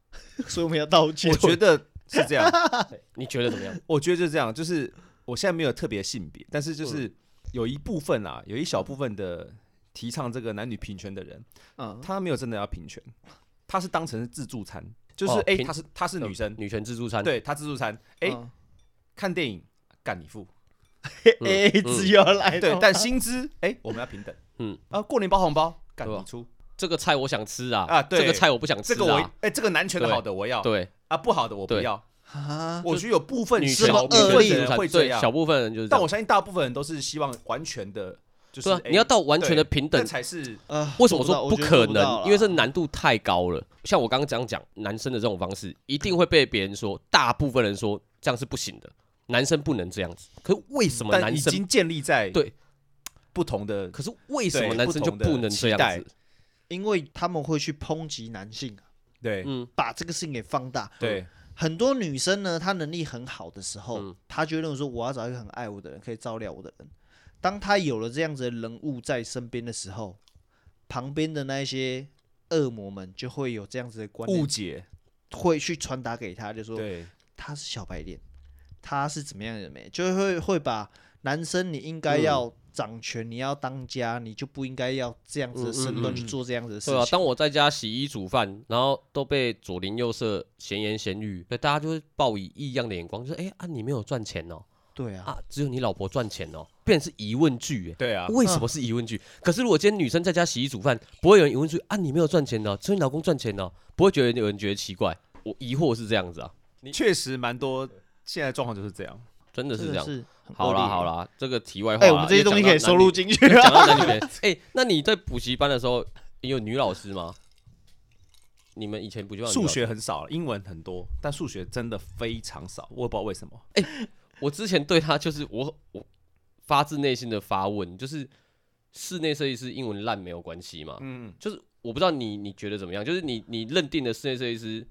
A: 所以我们要道歉。
C: 我觉得是这样，
B: 你觉得怎 么样？
C: 我觉得就是这样，就是我现在没有特别性别，但是
B: 嗯
C: 就是有一部分啊，有一小部分的提倡这个男女平权的人，
A: 嗯，
C: 他没有真的要平权，他是当成是自助餐，就是
B: 哦
C: 哎，
B: 平嗯
C: 他是他是女生，
B: 女权自助餐，
C: 对他自助餐，哎，
A: 嗯，
C: 看电影干你付，
B: 嗯
A: 哎，只有来了
C: 对，但薪资哎我们要平等，
B: 哦嗯
C: 啊，过年包红包干
B: 对
C: 你
B: 吧
C: 出，
B: 这个菜我想吃啊，
C: 啊对
B: 这个菜我不想吃
C: 这
B: 啊，
C: 个我哎这个男权的好的我要，
B: 对
C: 啊不好的我不
B: 对
C: 要，
A: 啊，
C: 我觉得有部分
B: 女
C: 哦是
B: 权
A: 么
C: 有
B: 女
C: 部
A: 恶
C: 分
B: 权
A: 劣
C: 的
B: 自助
C: 人
B: 餐
C: 会这
B: 对
C: 样
B: 小，部分人就是这
C: 但
B: 样
C: 我，相信大部分人都是希望完全的，就是
B: 对啊，
C: 哎
B: 你要到完全的平等
C: 这。才是
A: 啊，
B: 为什么
A: 做到
B: 说不
A: 觉得
B: 可
A: 做到
B: 能？
A: 啦
B: 因为这难度太高了。像我刚刚这样讲，男生的这种方式一定会被别人说，大部分人说这样是不行的，男生不能这样子。可是为什么
C: 嗯但
B: 男
C: 已
B: 生？
C: 经建立在
B: 对
C: 不同的
B: 可是为什么
C: 对
B: 男生就
C: 不同的
B: 不能这样
C: 期
B: 子？
A: 因为他们会去抨击男性啊，
C: 对
B: 嗯，
A: 把这个事情给放大。
C: 对
A: 很多女生呢，她能力很好的时候，
B: 嗯
A: 她就会认为说我要找一个很爱我的人，可以照料我的人。当她有了这样子的人物在身边的时候，旁边的那一些恶魔们就会有这样子的观
C: 误
A: 念，
C: 解，
A: 会去传达给她，就说
C: 对
A: 她是小白脸，她是怎么样的人没，就会会把男生你应该要掌权，你要当家，你就不应该要这样子的身段
C: 嗯嗯嗯
A: 去做这样子的事
B: 对啊，
A: 情。
B: 当我在家洗衣煮饭，然后都被左邻右舍闲言闲语，对大家就会报以异样的眼光，就是哎、啊，你没有赚钱哦，
A: 对啊，
B: 啊，只有你老婆赚钱哦，变成是疑问句、哎。
C: 对啊，
B: 为
A: 嗯
B: 什么是疑问句？可是如果今天女生在家洗衣煮饭，不会有人疑问句啊，你没有赚钱的哦，只有你老公赚钱的哦，不会觉得有人觉得奇怪。我疑惑是这样子啊，
C: 确实蛮多现在状况就是这样。
B: 真的是这样。
A: 真的很
B: 好
A: 恶
B: 啦
A: 劣
B: 好，啦，这个题外话啦。
A: 哎，我们这些东西可以收录进去
B: 又
A: 啊。
B: 讲到男女。又讲到男女别 哎，那你在补习班的时候有女老师吗？你们以前补习班有女
C: 数
B: 老师？
C: 学很少，英文很多，但数学真的非常少，我也不知道为什么。
B: 我之前对她就是我我发自内心的发问，就是室内设计师英文烂没有关系嘛？
C: 嗯，
B: 就是我不知道你你觉得怎么样？就是你你认定的室内设计师，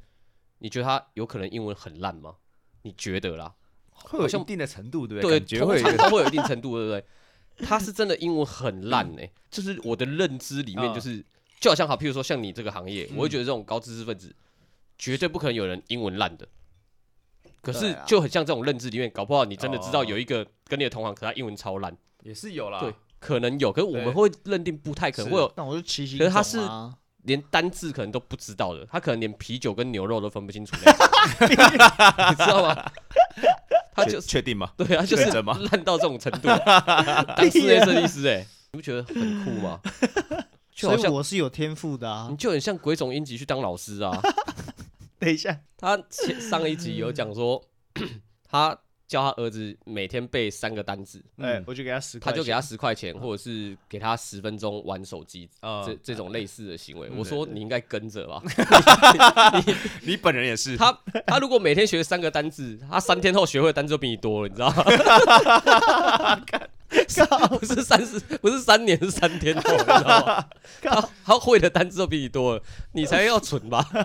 B: 你觉得他有可能英文很烂吗？你觉得啦？
C: 会有
B: 像
C: 一定的程度，对不
B: 对，
C: 感觉会
B: 通
C: 有一
B: 常
C: 个
B: 都会有一定程度，对不对？他是真的英文 很烂呢、就是我的认知里面，
C: 嗯
B: 就是、就好像好，譬如说像你这个行业，我会觉得这种高知识分子绝对不可能有人英文烂的。可
A: 对
B: 是
A: 啊
B: 就很像这种认知里面，搞不好你真的知道
C: 哦
B: 有一个跟你的同行，可他英文超烂，
C: 也是有啦。
B: 对，可能有，可是我们
C: 对
B: 会认定不太可能
C: 是
B: 会有
A: 那我就奇形
B: 可是他
A: 种啊
B: 连单字可能都不知道的，他可能连啤酒跟牛肉都分不清楚那种， 你知道吗？他
C: 确
B: 就是
C: 确定吗？
B: 对啊，就是
C: 认真吗
B: 烂到这种程度，啊当室内设计师哎、你不觉得很酷吗？就
A: 所
B: 好
A: 以
B: 像
A: 我是有天赋的啊
B: 你。就很像鬼冢英吉去当老师啊。
A: 等一下，
B: 他前上一集有讲说，他教他儿子每天背三个单字，
A: 哎，我就给他十
B: 他
A: 块钱，
B: 就给他十块钱，或者是给他十分钟玩手机。
C: 啊
B: 这，这种类似的行为，
C: 嗯
B: 我说你应该跟着吧。
C: 你本人也是，
B: 他他如果每天学三个单字，他三天后学会的单字就比你多了，你知道 吗？不是三十，不是三年，是三天后，你知道吗？他他会的单字都比你多了，你才要蠢吧？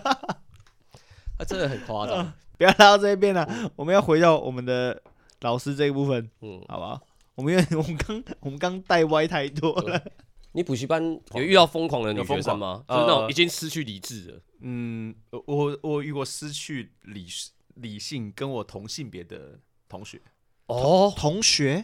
B: 他真的很夸
C: 嗯
B: 张，
A: 不要拉到这一边了，我们要回到我们的老师这一部分，
B: 嗯。
A: 好不好？我们因为 我们刚我们刚带歪太多了，
B: 你补习班有遇到疯狂的女
C: 有
B: 学
C: 疯狂
B: 生吗？就
C: 呃
B: 是那种已经失去理智了，
C: 嗯，我我我遇过失去理理性跟我同性别的同学，
B: 哦，
A: 同学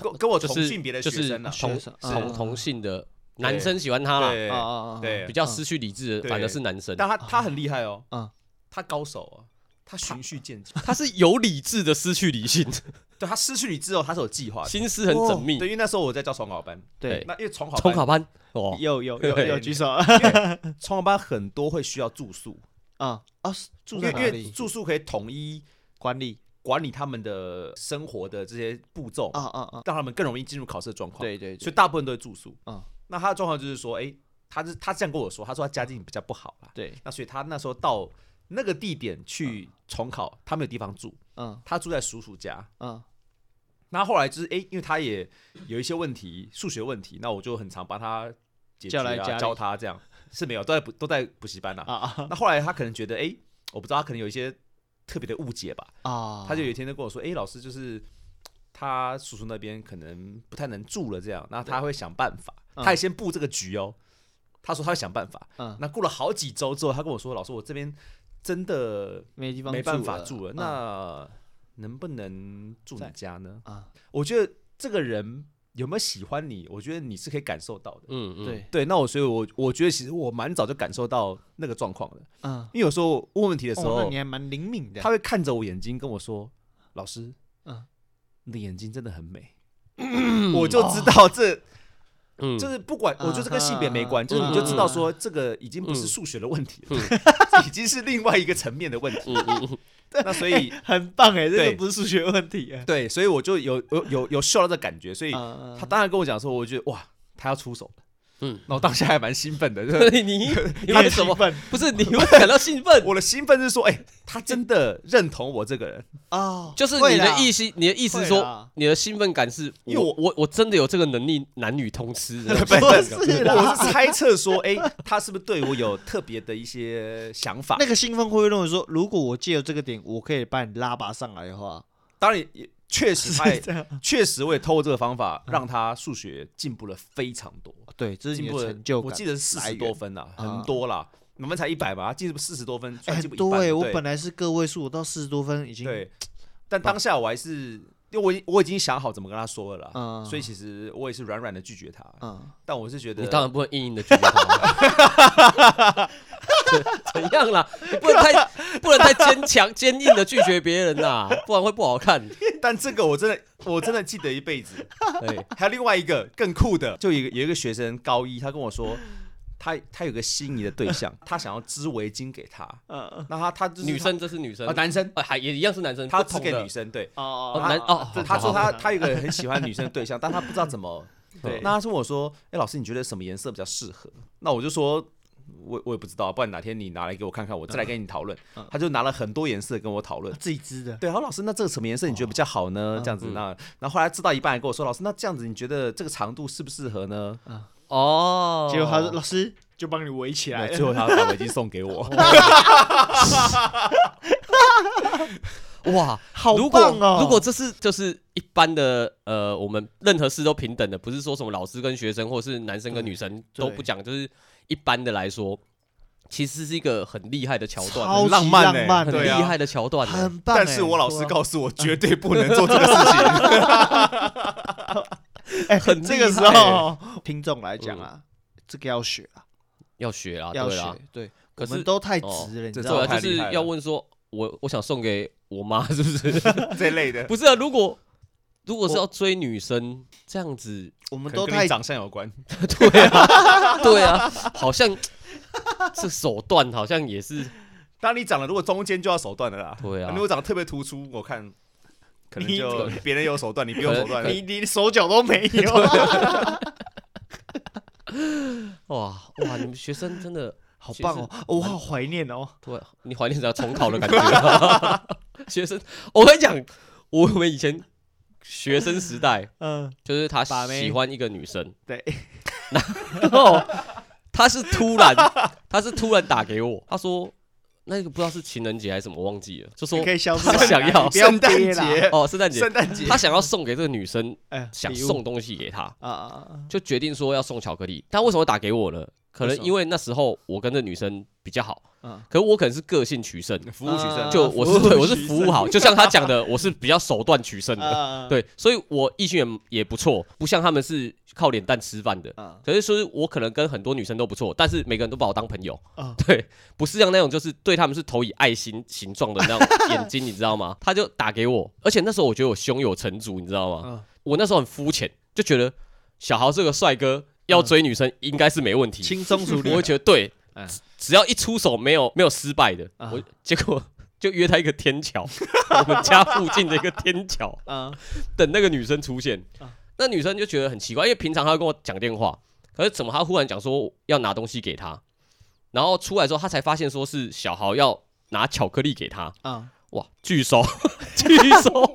C: 跟跟我
B: 就
C: 同
B: 是
C: 性别的
B: 就
C: 学
B: 是
C: 生啊，
B: 同
A: 学生
B: 同
A: 嗯
B: 同性的
C: 对
B: 男生喜欢她啦，
C: 对
A: 啊啊
C: 对
B: 比较失去理智的
C: 对
B: 反而是男生，
C: 嗯但他他很厉害哦，
A: 嗯
C: 他高手啊，他循序渐进，
B: 他是有理智的失去理性，
C: 对他失去理智后，他是有计划的，哦
B: 心思很缜密
C: 对，。因为那时候我在教闯考班，
A: 对，
C: 那因为闯考
B: 重
C: 班
B: 考班哦，
A: 有有有有举 手
C: 闯考班很多会需要住宿，
A: 啊啊，是住
C: 因
A: 在
C: 为因
A: 哪
C: 为
A: 里？
C: 住宿可以统一
A: 管理
C: 管理他们的生活的这些步骤，
A: 啊啊啊，
C: 让他们更容易进入考试的状况。
A: 对对
C: 所
A: 对，
C: 以大部分都会住宿。
A: 嗯
C: 那他的状况就是说，诶，他是他这样跟我说，他说他家境比较不好啦，
A: 对，
C: 那所以他那时候到那个地点去重考，他没有地方住，
A: 嗯
C: 他住在叔叔家。
A: 嗯
C: 那后来就是诶，因为他也有一些问题，数学问题，那我就很常帮他解决
A: 叫来
C: 啊，
A: 家里
C: 教他这样是没有，都在补都在补习班啦、
A: 啊啊
C: 那后来他可能觉得，诶，我不知道，他可能有一些特别的误解吧，
A: 啊，
C: 他就有一天就跟我说，诶，老师就是他叔叔那边可能不太能住了，这样，那他会想办法，
A: 嗯
C: 他也先布这个局哦。他说他会想办法。
A: 嗯
C: 那过了好几周之后，他跟我说，老师，我这边真的
A: 没地方
C: 没办法
A: 了
C: 住了，
A: 嗯
C: 那能不能住你家呢？
A: 啊
C: 我觉得这个人有没有喜欢你，我觉得你是可以感受到的。
B: 嗯嗯，
A: 对，
C: 对，那我所以我，我觉得其实我蛮早就感受到那个状况的，
A: 嗯，
C: 因为有时候问问题的时候，
A: 哦，那你还蛮灵敏的，
C: 他会看着我眼睛跟我说：“老师，
A: 嗯
C: 嗯，你的眼睛真的很 美。我就知道这、
B: 嗯，
C: 就是不管，
A: 嗯
C: 我就是跟性别没关，
A: 嗯
C: 就是你就知道说这个已经不是数学的问题了， 已经是另外一个层面的问题。
B: 嗯 嗯嗯，
C: 嗯 那所以
A: 很棒哎，这
C: 对
A: 个不是数学问题哎，
C: 对，所以我就有有有有嗅到这感觉，所以
A: 啊
C: 他当然跟我讲说，我觉得哇，他要出手了。
B: 嗯
C: 嗯，那我当下还蛮兴奋的，就
B: 所
C: 是
B: 以你你为什么
A: 笨
B: 不是你会感到兴奋？
C: 我的兴奋是说，哎、他真的认同我这 个人，
A: 啊？
B: 就是
A: 会
B: 你的
A: 啦
B: 意思，你的意思是
A: 会
B: 说
A: 啦，
B: 你的兴奋感是
C: 因为
B: 我我我真的有这个能力，男女通吃的那种
A: 不
B: 兴奋感。
A: 是
C: 我
A: 啦，
C: 是猜测说，哎、他是不是对我有特别的一些想法？
A: 那个兴奋会不会认为说，如果我借由这个点，我可以把你拉拔上来的话，
C: 当然也 确实，他也
A: 这样？嗯
C: 确实我也透过这个方法，让他数学进步了非常多，
A: 对，这是
C: 进
A: 你
C: 步
A: 的
C: 了
A: 成就
C: 我
A: 感。
C: 记得是四
A: 来
C: 十
A: 源
C: 多分啦，
A: 啊
C: 很多啦，我们才一百嘛，他进步四十多分，
A: 哎
C: 算
A: 很
C: 进步一
A: 多
C: 半。
A: 哎，
C: 对
A: 我本来是个位数，我到四十多分已经
C: 对，但当下我还是。因为我已我已经想好怎么跟他说了啦，
A: 嗯
C: 所以其实我也是软软的拒绝他，
A: 嗯，
C: 但我是觉得
B: 你当然不能硬硬的拒绝他。 怎怎样啦？你不能太不能太坚强、坚硬的拒绝别人呐，不然会不好看。
C: 但这个我真的我真的记得一辈 子。
B: 对，
C: 还有另外一个更酷的，就有一个有一个学生高一，他跟我说，他他有个心仪的对象，他想要织围巾给他，
A: 嗯
C: 那他他就是
B: 女生这是女生
C: 啊，男生，
B: 呃还也一样是男生，
C: 他
B: 不
C: 织
B: 同
C: 给
B: 的
C: 女生，对。
A: 哦
B: 哦男哦
A: 这
C: 他说他
A: 这
C: 他有一个很喜欢女生的对象，但他不知道怎 么。
A: 对
C: 那他问我说：“哎、老师，你觉得什么颜色比较适合？”那我就说：“我我也不知道，不然哪天你拿来给我看看，我再来跟你讨论。他就拿了很多颜色跟我讨论。
A: 自己织的，
C: 对，然后老师，那这个什么颜色你觉得比较好呢？这样子，那然后后来知道一半，还跟我说：“老师，那这样子你觉得这个长度适不适合呢？”
B: 哦，
A: 结果他说老师就帮你围起来
C: 那
A: 了，
C: 最后他把围巾送给我，
B: 哇，
A: 好
B: 如果
A: 棒哦！
B: 如果这是就是一般的呃，我们任何事都平等的，不是说什么老师跟学生，或是男生跟女生
A: 对
B: 都不讲，就是一般的来说，其实是一个很厉害的桥段，
A: 超级
C: 浪漫欸
A: 漫
B: 很
A: 的，
C: 对
B: 厉
C: 啊
B: 害的桥段欸。
A: 很棒欸。
C: 但是我老师
A: 对啊
C: 告诉我，绝对不能做这个事情。
A: 哎，
B: 很
A: 这个
B: 厉
A: 时
B: 害
A: 候 听众来讲啊，这个要学啊，
B: 要学啊，
A: 要
B: 对啦
A: 学，，对，
B: 可
A: 我们
B: 是
A: 都太直
B: 哦
A: 了，你知
C: 这
A: 道
B: 对
A: 吗
B: 啊，
C: 种？太
B: 就是
C: 厉害了
B: 要问说，我我想送给我妈， 是不是？
C: 这类的，
B: 不是啊，如果如果是要追女生这 样子，
A: 我们
C: 可
A: 都
C: 能跟
A: 太
C: 你长相有关。
B: 对啊，对啊，好像 这手段好像也是
C: 当你长了，如果中间就要手段的啦。
B: 对啊
C: 如果长得特别突出，我看可能
A: 你
C: 就别人有手段，你不用
B: 可
C: 手
B: 能
C: 段。
A: 你你 手脚都没有啊，
B: 哇哇，你们学生真的
A: 好
B: 其实
A: 棒哦！我好怀念哦。
B: 对，你怀念着重考的感觉。 学生，我跟你讲，我们以前学生时代，
A: 嗯，
B: 就是他
A: 把妹
B: 喜欢一个女生，
A: 对，
B: 然后他是突然， 他是突然打给我，他说那个不知道是情人节还是什么，忘记了，就 说
A: 你可以消失
B: 他
A: 吧
B: 想要
A: 你 不要
C: 圣诞
A: 憋啦
C: 节
B: 哦，圣诞节
C: 圣，诞节
B: 他想要送给这个女生，
A: 哎，
B: 想
A: 礼物
B: 送东西给她，
A: 啊啊啊！
B: 就决定说要送巧克力。但为什么打给我呢？可能因为那时候我跟这女生比较好，
A: 嗯
B: 可是我可能是个性取胜，
C: 服务取胜，
A: 啊
B: 就我是
A: 服务
B: 对我是
A: 取
B: 服务好，就像他讲的，我是比较手段取胜的，
A: 啊，
B: 对，所以我异性缘也不错，不像他们是靠脸蛋吃饭的。
A: 啊
B: 可是说是我可能跟很多女生都不错，但是每个人都把我当朋友，
A: 啊
B: 对，不是像那种就是对他们是投以爱心形状的 那种眼睛，你知道吗？他就打给我，而且那时候我觉得我胸有成竹，你知道吗？
A: 嗯
B: 我那时候很肤浅，就觉得小豪这个帅
A: 啊
B: 哥要追女生应该是没问题，
A: 轻松熟
B: 我
A: 练
B: 会，觉得对，
A: 啊嗯
B: 只只要一出手没有没有失败的，
A: 啊
B: 我结果 就约他一个天桥， 我们家附近的一个天桥，
A: 嗯
B: 等那个女生出现
A: 啊，
B: 那女生就觉得很奇怪，因为平常她会跟我讲电话，可是怎么她忽然讲说要拿东西给她，然后出来之后她才发现说是小豪要拿巧克力给她，
A: 啊，
B: 哇，拒 收，拒收，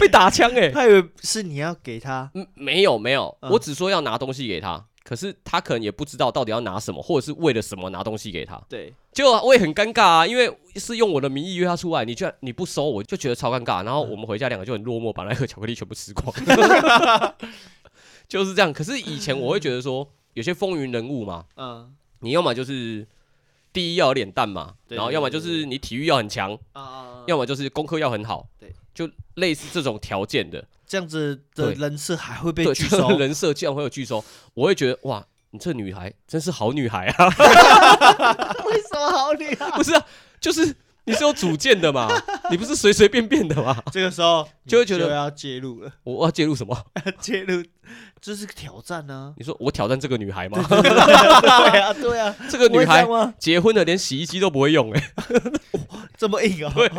B: 被打枪哎、
A: 他以为是你要给他
B: 嗯，没有没有，
A: 嗯
B: 我只说要拿东西给他，可是他可能也不知道到底要拿什么，或者是为了什么拿东西给他。
A: 对
B: 就我也很尴尬啊，因为是用我的名义约他出来，你居然你不收，我就觉得超尴尬。然后我们回家两个就很落寞，把那个巧克力全部 吃光，就是这样。可是以前我会觉得说，有些风云人物嘛，
A: 嗯
B: 你要么就是第一要有脸蛋嘛，
A: 对
B: 然后要么就是你体育要很强，
A: 啊啊，
B: 要么就是功课要很好，
A: 对，
B: 就类似这种条件的。
A: 这样子的
B: 对
A: 人设还会被
B: 对，
A: 拒
B: 这
A: 收
B: 个，人设竟然会有拒收，我会觉得哇，你这女孩真是好女孩啊！
A: 为什么好厉害？
B: 不是啊，就是你是有主见的嘛，你不是随随便便的嘛？
A: 这个时候
B: 就会觉得
A: 你就要介入了，
B: 我我要介入什么？。
A: 介入这是个挑战啊呢
B: 你说我挑战这个女孩吗？
A: 对啊，对啊，
B: 这个
A: 不会
B: 女
A: 这样
B: 孩
A: 吗？
B: 结婚了连洗衣机都不会用哎、
A: 这么硬啊？
B: 对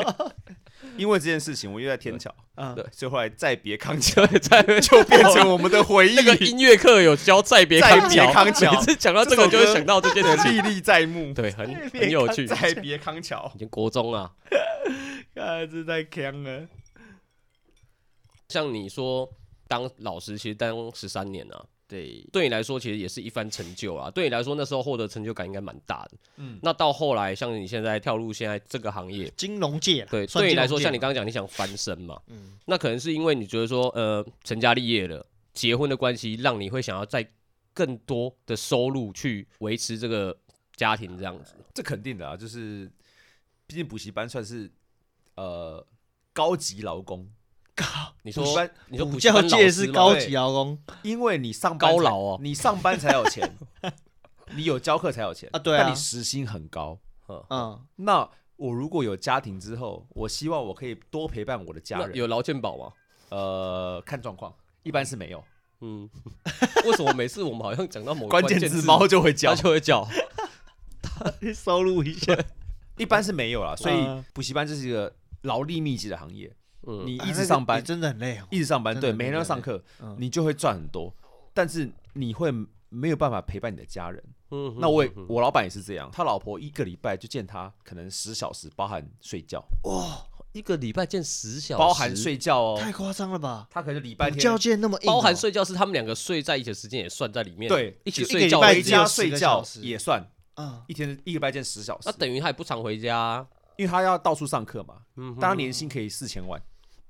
C: 因为这件事情，我约在天桥，
A: 啊
B: 对，
C: 所以后来再别康桥
B: 对， 在哦
C: 就变成我们的回忆
B: 那，个音乐课有教再别
C: 再
B: 康
C: 别
B: 桥，
C: 康桥
B: 每次讲到这个就会想到这件事情，
C: 历历在目。
B: 对，很
A: 再别
B: 很有趣。
C: 再别康桥，
B: 已经国中啊，
A: 看这太强了。
B: 像你说当老师，其实当十三年啊，
A: 对，
B: 对你来说，其实也是一番成就啊。对你来说，那时候获得成就感应该蛮大的。
A: 嗯，
B: 那到后来，像你现在跳入现在这个行业，
A: 金融界啦
B: 对，
A: 算
B: 对你
A: 金
B: 来
A: 融
B: 说，
A: 界
B: 像你
A: 嘛
B: 刚刚讲，你想翻身嘛，
A: 嗯
B: 那可能是因为你觉得说，呃，成家立业了，结婚的关系，让你会想要在更多的收入去维持这个家庭这样子。
C: 这肯定的啊，就是毕竟补习班算是呃高级劳工，
B: 你
C: 补习
B: 说，
C: 班
B: 你说
A: 补
B: 补习
A: 教
B: 班老
A: 界
B: 师
A: 是
B: 吗
A: 高级劳工
C: 因为你上班才
B: 高劳哦
C: 你上班才有 钱，你有教课才有钱
A: 啊对啊
C: 但你时薪很高。
A: 嗯，
C: 那我如果有家庭之后，我希望我可以多陪伴我的家
B: 那
C: 人。
B: 有劳健保吗？
C: 呃，看状况，一般是没有。
B: 嗯，为什么每次我们好像讲到某个
C: 关键
B: 哦键
C: 字猫就会
B: 他
C: 教，
B: 就会叫？
A: 收入一下，
C: 一般是没有啦。所
A: 嗯
C: 以补习班就是一个劳力密集的行业，
B: 嗯，
C: 你
A: 啊
C: 一
A: 那
C: 直
A: 个
C: 上班
A: 你，真的很累哦。
C: 一直上班，
A: 真的
C: 对，
A: 真的
C: 每天都要上课
A: 嗯，
C: 你就会赚很多，但是你会没有办法陪伴你的家人。
B: 嗯
C: 那我也
B: 嗯嗯
C: 我老板也是这样，他老婆一个礼拜就见他可能十小时，包含睡觉，
B: 一个礼拜见十小时，
C: 包含睡觉哦
A: 太。夸张了吧？
C: 他可能礼拜
A: 补教
C: 天
A: 界那么硬哦，
B: 包含睡觉是他们两个睡在一起的时间也算在里面，
C: 对
B: 一起
A: 就一个
B: 睡
A: 礼
B: 觉
A: 拜
B: 而已
C: 回
A: 只有
C: 家
A: 10
C: 睡
A: 个
C: 觉
A: 小时
C: 也算
A: 嗯
C: 一天一个礼拜见十小时
B: 那，等于他也不常回家啊、
C: 因为他要到处上课嘛，
B: 嗯
C: 当然年薪可以四千万，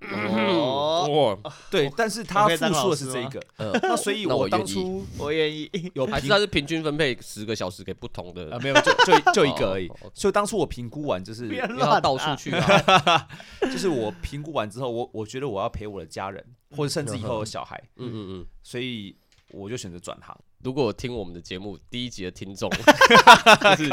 A: 哦，
B: 哇，
C: 对，但是他
A: 我可以当
C: 付出
A: 老
C: 的
A: 师
C: 是这
A: 吗
C: 个，
B: 呃
C: 那所以
B: 那我
C: 我当
B: 愿意
C: 初
A: 我愿意。
C: 有
B: 还是
C: 评
B: 他是平均分配十个小时给不同
C: 啊，
B: 的，
C: 没有， 就就就一个而已
B: 哦哦哦。
C: 所以当初我评估 完，就是
A: 不要
B: 因为他到处去啊，
C: 就是我评估完之后，我我觉得我要陪我的家人，
A: 嗯
C: 或者甚至以后有小孩，
B: 嗯嗯嗯。
C: 所以我就选择 转行。
B: 如果有听我们的节目第一集的听 众，就是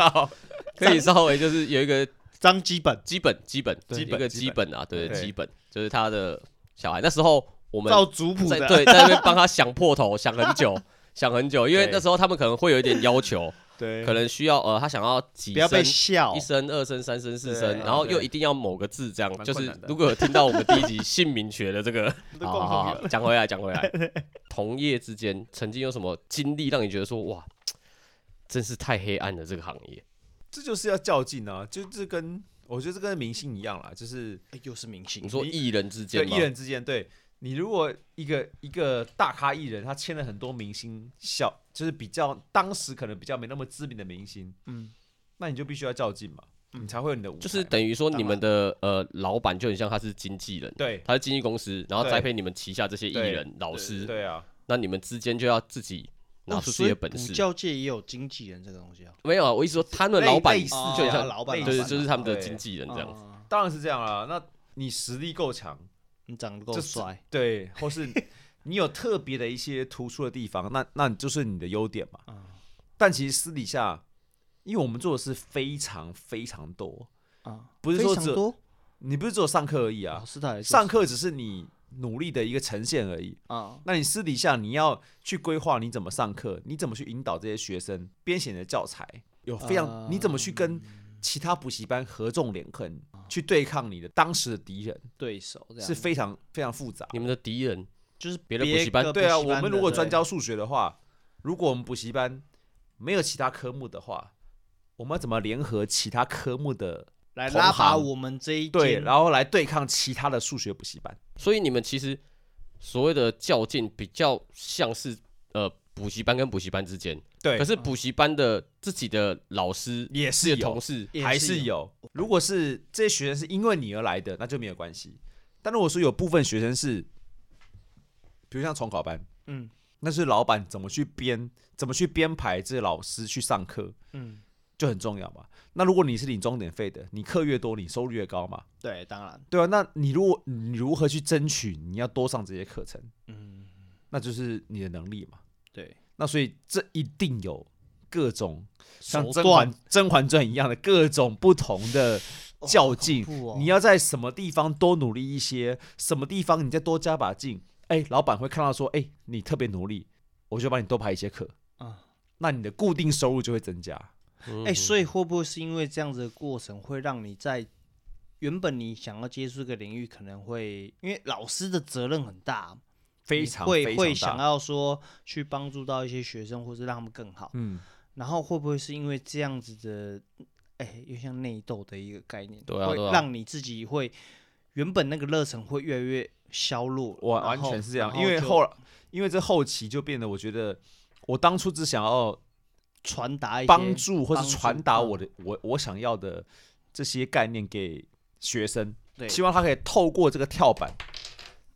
B: 可以稍微就是有一个
A: 张基本，
B: 基本基本
C: 对
B: 一
C: 基
B: 个
C: 本
B: 基本啊，对
C: 对
B: 基本就是他的小孩那时候我们
A: 照族谱
B: 在
A: 的，
B: 对在那边帮他想破头， 想很久，想很久，因为
C: 对
B: 那时候他们可能会有一点要求，
C: 对
B: 可能需要呃他想要 几
A: 不要被
B: 升
A: 笑
B: 一。声、二声、三声、四声，
A: 对
B: 然后又
C: 对
B: 一定要某个字，这样
C: 蛮
B: 就
C: 困
B: 是
C: 难的
B: 如果有听到我们第一集姓名学的 这个，
A: 都
B: 好
A: 共
B: 好
A: 同有
B: 好，讲回来，讲回来，同业之间曾经有什么经历让你觉得说哇，真是太黑暗了这个行业？
C: 这就是要较劲啊！就这跟我觉得这跟明星一样啦，就是
A: 哎又是明星
B: 你，说艺人之
C: 就
B: 间吗
C: 艺？人之间，对你如果一个一个大咖艺人，他签了很多明星小，就是比较当时可能比较没那么知名的明星，
A: 嗯，
C: 那你就必须要较劲嘛，你才会有你的舞台嘛。
B: 就是等于说你们的呃老板就很像他是经纪人，
C: 对
B: 他是经纪公司，然后
C: 对
B: 栽培你们旗下这些艺
C: 对
B: 人、老师，
C: 对啊，
B: 那你们之间就要自己拿
A: 哦
B: 出自
A: 所
B: 己
A: 以
B: 的本
A: 补
B: 事。
A: 教界也有经纪人这个东西啊，
B: 没有啊，我意思说他们老板啊
C: 类似
A: 哦
B: 就很像
A: 老板，
C: 类似
B: 对，
A: 老板
B: 就是他们的
C: 对
B: 经纪人这样子。
A: 哦
C: 当然是这样啦。那你实力够强，
A: 你长得够
C: 就是
A: 帅，
C: 对，或是你有特别的一些突出的地方，那那你就是你的优点嘛。
A: 嗯
C: 但其实私底下，因为我们做的是非常非常多，
A: 啊，
C: 不是说
A: 非常
C: 只有
A: 多
C: 你不是只有上课而已
A: 老
C: 啊，
A: 师他来
C: 上课只是你努力的一个呈现而已。
A: 啊，
C: 那你私底下你要去规划你怎么上课，你怎么去引导这些学生编写你的教材，有非常、
A: 啊
C: 你怎么去跟其他补习班合纵连横，去对抗你的当时的敌人，
A: 啊对啊手这样
C: 是非常非常复杂。
B: 你们的敌人
A: 就是
B: 别的补习班
A: 别个
C: 对啊，
A: 补习班
C: 我
A: 的
C: 们如果
A: 对
C: 专教数学的话，如果我们补习班没有其他科目的话，我们要怎么联合其他科目的
A: 来
C: 同
A: 拉拔
C: 行
A: 我们这一
C: 对，
A: 间
C: 然后来对抗其他的数学补习班？
B: 所以你们其实所谓的较劲，比较像是呃补习班跟补习班之间，
C: 对
B: 可是补习班的自己的老师、
C: 也
B: 自己
C: 是
B: 的
C: 有
B: 同，事，
A: 也
C: 还
A: 是
C: 是有。如果是这些学生是因为你而来的，那就没有关系。但如果说有部分学生是，比如像重考班，
A: 嗯
C: 那是老板怎么去编、怎么去编排这些老师去上课
A: 嗯，
C: 就很重要嘛。那如果你是领钟点费的，你课越多，你收入越高嘛。
A: 对，当然，
C: 对啊，那你如果你如何去争取你要多上这些课程，
A: 嗯，
C: 那就是你的能力嘛。
A: 对，
C: 那所以这一定有各种像
A: 手
C: 甄
A: 段
C: 嬛甄嬛传一样的各种不同的
A: 哦
C: 较
A: 好
C: 劲，
A: 恐怖哦
C: 你要在什么地方多努力一些，什么地方你再多加把劲，哎，老板会看到说，哎，你特别努力，我就帮你多排一些课，
A: 啊，
C: 那你的固定收入就会增加。
B: 嗯
A: 哎，所以会不会是因为这样子的过程，会让你在原本你想要接触这个领域，可能会因为老师的责任很大，
C: 非
A: 你
C: 常
A: 会会
C: 非常
A: 想
C: 大，
A: 要说去帮助到一些学生，或是让他们更好。
C: 嗯，
A: 然后会不会是因为这样子的，哎，又像内斗的一个概念，
B: 对啊
A: 会
B: 对啊
A: 让你自己会原本那个热忱会越来越削弱，
C: 我
A: 然
C: 完
A: 后
C: 全是这样，
A: 然
C: 因为
A: 就
C: 后因为这后期就变得，我觉得我当初只想要
A: 传达一些
C: 帮助或
A: 帮
C: 是
A: 助
C: 传达
A: 嗯
C: 我的我我想要的这些概念给学生，
A: 对，
C: 希望他可以透过这个跳板，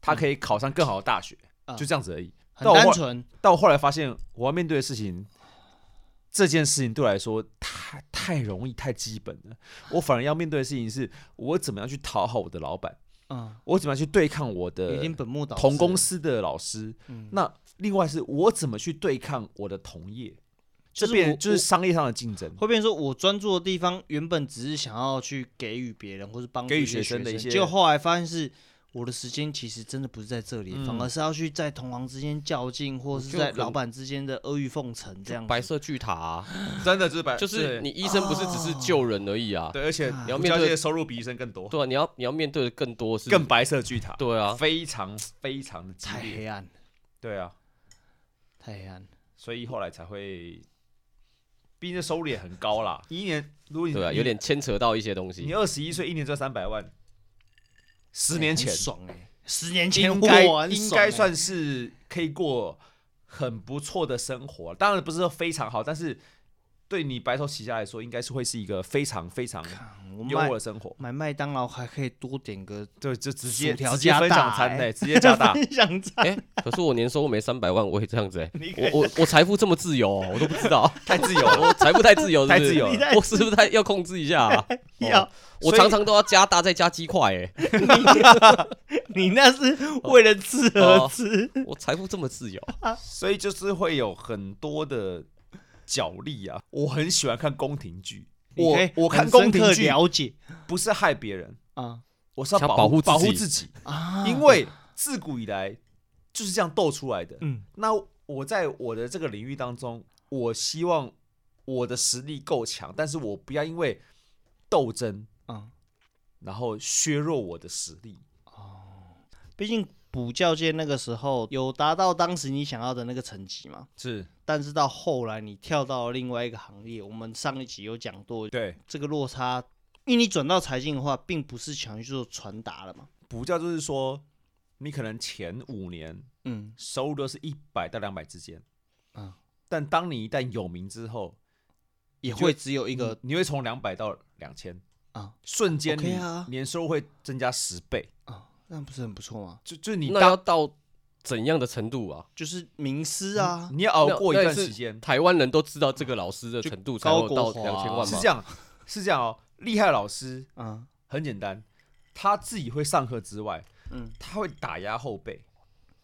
C: 他可以考上更好的大学，
A: 嗯
C: 就这样子而已。
A: 很
C: 但我
A: 单
C: 后
A: 纯，
C: 但我后来发现，我要面对的事情，这件事情对我来说太太容易、太基本了。我反而要面对的事情是，我怎么样去讨好我的老板，
A: 嗯，
C: 我怎么样去对抗我
A: 有
C: 的
A: 点本末倒置
C: 呃同公
A: 了，
C: 司的老师。
A: 嗯
C: 那另外是我怎么去对抗我的同业，
A: 就
C: 这
A: 是我
C: 边就
A: 我
C: 是商业上的竞争。
A: 会变成说我专注的地方原本只是想要去给予别人或是帮助
C: 给予
A: 一些
C: 学
A: 生
C: 生的一些
A: 结果后来发现是。我的时间其实真的不是在这里，反
C: 嗯
A: 而是要去在同行之间较劲，或是
C: 就
A: 在
C: 可
A: 老板之间的阿谀奉承这样子。
B: 白色巨塔 啊，
C: 真的就是白
B: 就是你医生不是只是救人而已啊，
C: 对，而且
A: 你
B: 要面对
C: 收入比医生更多，
B: 对啊，你要你要面对的更多是
C: 更白色巨塔，
B: 对啊，
C: 非常非常的激
A: 太
C: 烈，
A: 黑暗了，
C: 对啊，
A: 太黑暗了。
C: 所以后来才会，毕竟收入也很高啦，一年如果你
B: 对啊，有点牵扯到一些东
C: 你
B: 西。
C: 二十一岁一年赚三百万，十
A: 哎
C: 年
A: 很
C: 前
A: 爽哎、十年前
C: 应该
A: 哇很
C: 应
A: 爽欸
C: 该算是可以过很不错的生活，当然不是说非常好，但是对你白手起家来说，应该是会是一个非常非常
A: 我
C: 优渥
A: 买
C: 的生活。
A: 买麦当劳还可以多点个
C: 对，就直接
A: 薯条
C: 直接
A: 加
C: 分
A: 大
C: 享餐
A: 欸
C: 对，直接加 大。
A: 分享餐，
B: 哎、可是我年收入没三百万，我会这样 子哎、我我我财富这么自由、哦，我都不知道，
C: 太自由
B: 我财富太自由是不是，
C: 太自由了
A: 你太
B: 我是不是太要控制一下、 啊？
A: 要
B: 我
C: 所以
B: 常常都要加大再加鸡块哎，
A: 你那是为了吃而吃，
C: 哦
B: 我财富这么自由，
C: 所以就是会有很多的角力啊。我很喜欢看宫廷剧，
A: 你
C: 我
A: 可以
C: 我看
A: 很
C: 宫
A: 深
C: 廷
A: 刻
C: 剧
A: 了解
C: 不是害别人，
A: 啊
C: 我是要
B: 想
C: 保
B: 保护自
C: 保护
B: 己
C: 自己，
A: 啊
C: 因为自古以来就是这样斗出来的。
A: 嗯
C: 那我在我的这个领域当中，我希望我的实力够强，但是我不要因为斗争
A: 啊，
C: 然后削弱我的实力。
A: 毕竟补教界那个时候有达到当时你想要的那个成绩嘛，
C: 是
A: 但是到后来你跳到了另外一个行业，我们上一集有讲过
C: 对，
A: 这个落差，因为你转到财经的话，并不是想去做传达了嘛，
C: 补教就是说，你可能前五年
A: 嗯
C: 收入都是一百到两百之间，
A: 嗯，
C: 但当你一旦有名之后，
A: 也会只有一
C: 一
A: 个
C: 你会从两百到两千
A: 啊，
C: 瞬间你
A: OK 啊
C: 年收入会增加十倍，
A: 啊，那不是很不错吗？
C: 就就你
B: 那要
C: 当
B: 到怎样的程度啊？
A: 就是名师啊，
C: 你要熬哦过一
B: 那
C: 段
B: 那也
C: 时
B: 是
C: 间，
B: 台湾人都知道这个老师的程度才
A: 就
B: 有
A: 高国
B: 到
A: 华
B: 两千万
A: 是
C: 是
B: 吗
C: 这？样是这样哦。厉害的老师
A: 啊，
C: 很简单，他自己会上课之外，
A: 嗯，
C: 他会打压后辈，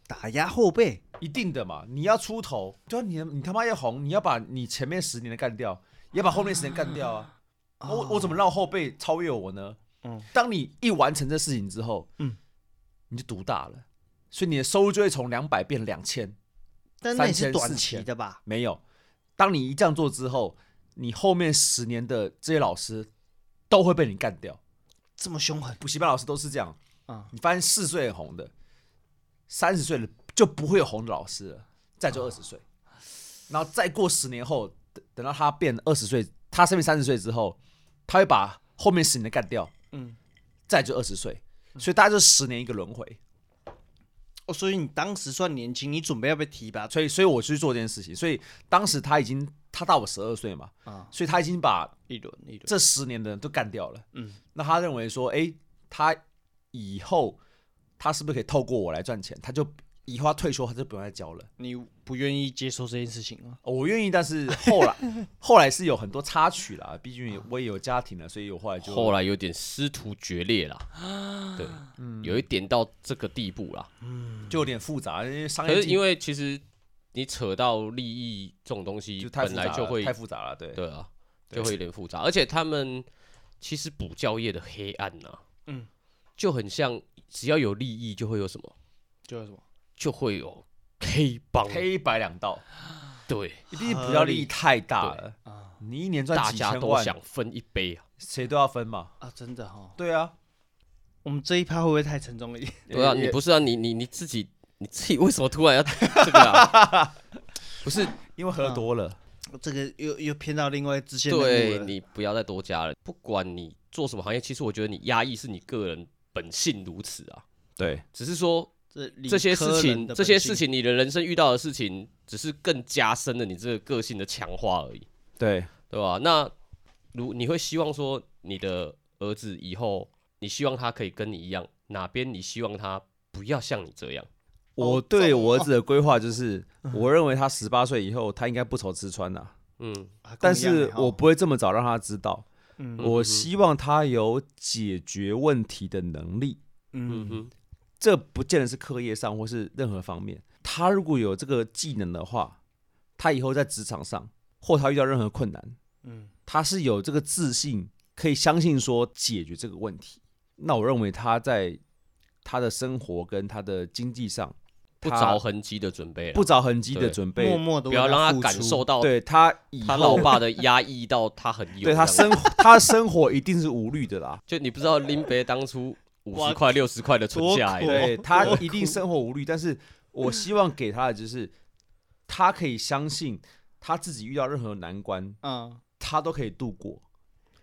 A: 打压后辈，
C: 一定的嘛。你要出头，就要你你他妈要红，你要把你前面十年的干掉，也要把后面十年干掉啊。
A: 哦
C: 我我怎么让后辈超越我呢？
A: 嗯
C: 当你一完成这事情之后，
A: 嗯，
C: 你就独大了，所以你的收入就会从两百变两千。
A: 但那也
C: 三千
A: 是短
C: 四
A: 期
C: 千
A: 的吧？
C: 没有，当你一这样做之后，你后面十年的这些老师都会被你干掉。
A: 这么凶狠
C: 补习班老师都是这样，
A: 啊，
C: 你发现四岁很红的，三十岁了就不会有红的老师了，再就二十岁，然后再过十年后，等等到他变二十岁，他身边三十岁之后，他会把后面十年的干掉，
A: 嗯，
C: 再就二十岁，所以大家就十年一个轮回。
A: 哦，所以你当时算年轻，你准备要被提拔
C: 所以，所以我去做这件事情，所以当时他已经他大我十二岁嘛，
A: 啊
C: 所以他已经把
A: 一轮一轮，
C: 这十年的人都干掉了。
A: 嗯，
C: 那他认为说，哎、他以后他是不是可以透过我来赚钱？他就以后他退休他就不用再教了。
A: 你不愿意接受这件事情吗？
C: 哦我愿意，但 是后来后来是有很多插曲啦，毕竟我也有家庭了，所以我后来就
B: 啊
C: 啊
B: 后来有点师徒决裂啦，对，
C: 嗯
B: 有一点到这个地步啦。
C: 就有点复杂，因为商
B: 可
C: 业
B: 是因
C: 为
B: 为其实你扯到利益这种东西
C: 就，太
B: 本
C: 复杂
B: 来就
C: 了
B: 会
C: 太复杂了，对
B: 对啊，就会有点复杂。而且他们其实补教业的黑暗呐、
A: 嗯
B: 嗯，就很像只要有利益就会有什么，
A: 就是什么？
B: 就会有黑帮，
C: 黑白两道，
B: 对，
C: 毕竟补教利益太大了
A: 啊
C: 你一年赚
B: 大
C: 几
B: 家
C: 千
B: 都
C: 万，
B: 想分一杯啊。
C: 谁都要分嘛，
A: 啊，真的哈，
C: 对啊，
A: 我们这一趴会不会太沉重了一 点？
B: 对啊，
C: 也
B: 你不是啊，你你你自己你自己为什么突然要 这个啊？不是，啊
C: 因为喝多了，
A: 这个又又偏到另外支线
B: 对你不要再多加了。不管你做什么行业，其实我觉得你压抑是你个人本性如此啊，
C: 对，
B: 只是说
A: 这
B: 这些事情，这些事，情，你的人生遇到的事情，只是更加深了你这个个性的强化而已，
C: 对，
B: 对吧？那如你会希望说，你的儿子以后，你希望他可以跟你一样，哪边你希望他不要像你这样？
A: 哦
C: 我对我儿子的规 划就是，我认为他十八岁以后，他应该不愁吃穿啦。
B: 嗯，
A: 啊
C: 但是我，
A: 跟
C: 不会这么早让他知道，
A: 嗯
C: 我希望他有解决问题的能力。
A: 一样欸
B: 嗯
A: 哈嗯，
B: 哼，
C: 这不见得是课业上或是任何方面。他如果有这个技能的话，他以后在职场上或他遇到任何困难，
A: 嗯，
C: 他是有这个自信，可以相信说解决这个问题。那我认为他在他的生活跟他的经济上，
B: 不
C: 他
B: 着痕迹的准备啦，
C: 不着痕迹的
B: 对
C: 准
A: 默
C: 备，
A: 默的
B: 不要让他感受到
C: 对他以
B: 哦他老
C: 后
B: 爸的压抑到他很有
C: 对他
B: 这样
C: 生活他生活一定是无虑的啦。
B: 就你不知道林北当初五
A: 哇
B: 十块六十块的存下来
A: 多苦
B: 的，
C: 对哦他一定生活无虑，但是我希望给他的就是，他可以相信他自己遇到任何难关，
A: 啊，
C: 他都可以度过。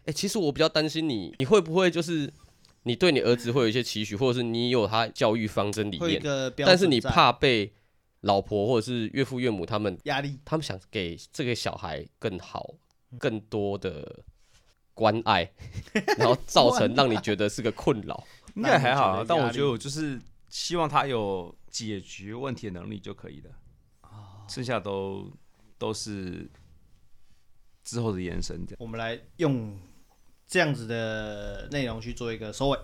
B: 哎、其实我比较担心你，你会不会就是你对你儿子会有一些期许，或者是你有他教育方针理
A: 会有一
B: 念，
A: 个标准在，
B: 但是你怕被老婆或者是岳父岳母他们，
A: 压力
B: 他们想给这个小孩更好
A: 嗯
B: 更多的关 爱，然后造成让你觉得是个困扰。
C: 应该还
A: 那你觉得压
C: 好啊
A: 力，
C: 但我觉得我就是希望他有解决问题的能力就可以了，剩下都都是之后的延伸，这样
A: 我们来用这样子的内容去做一个收尾。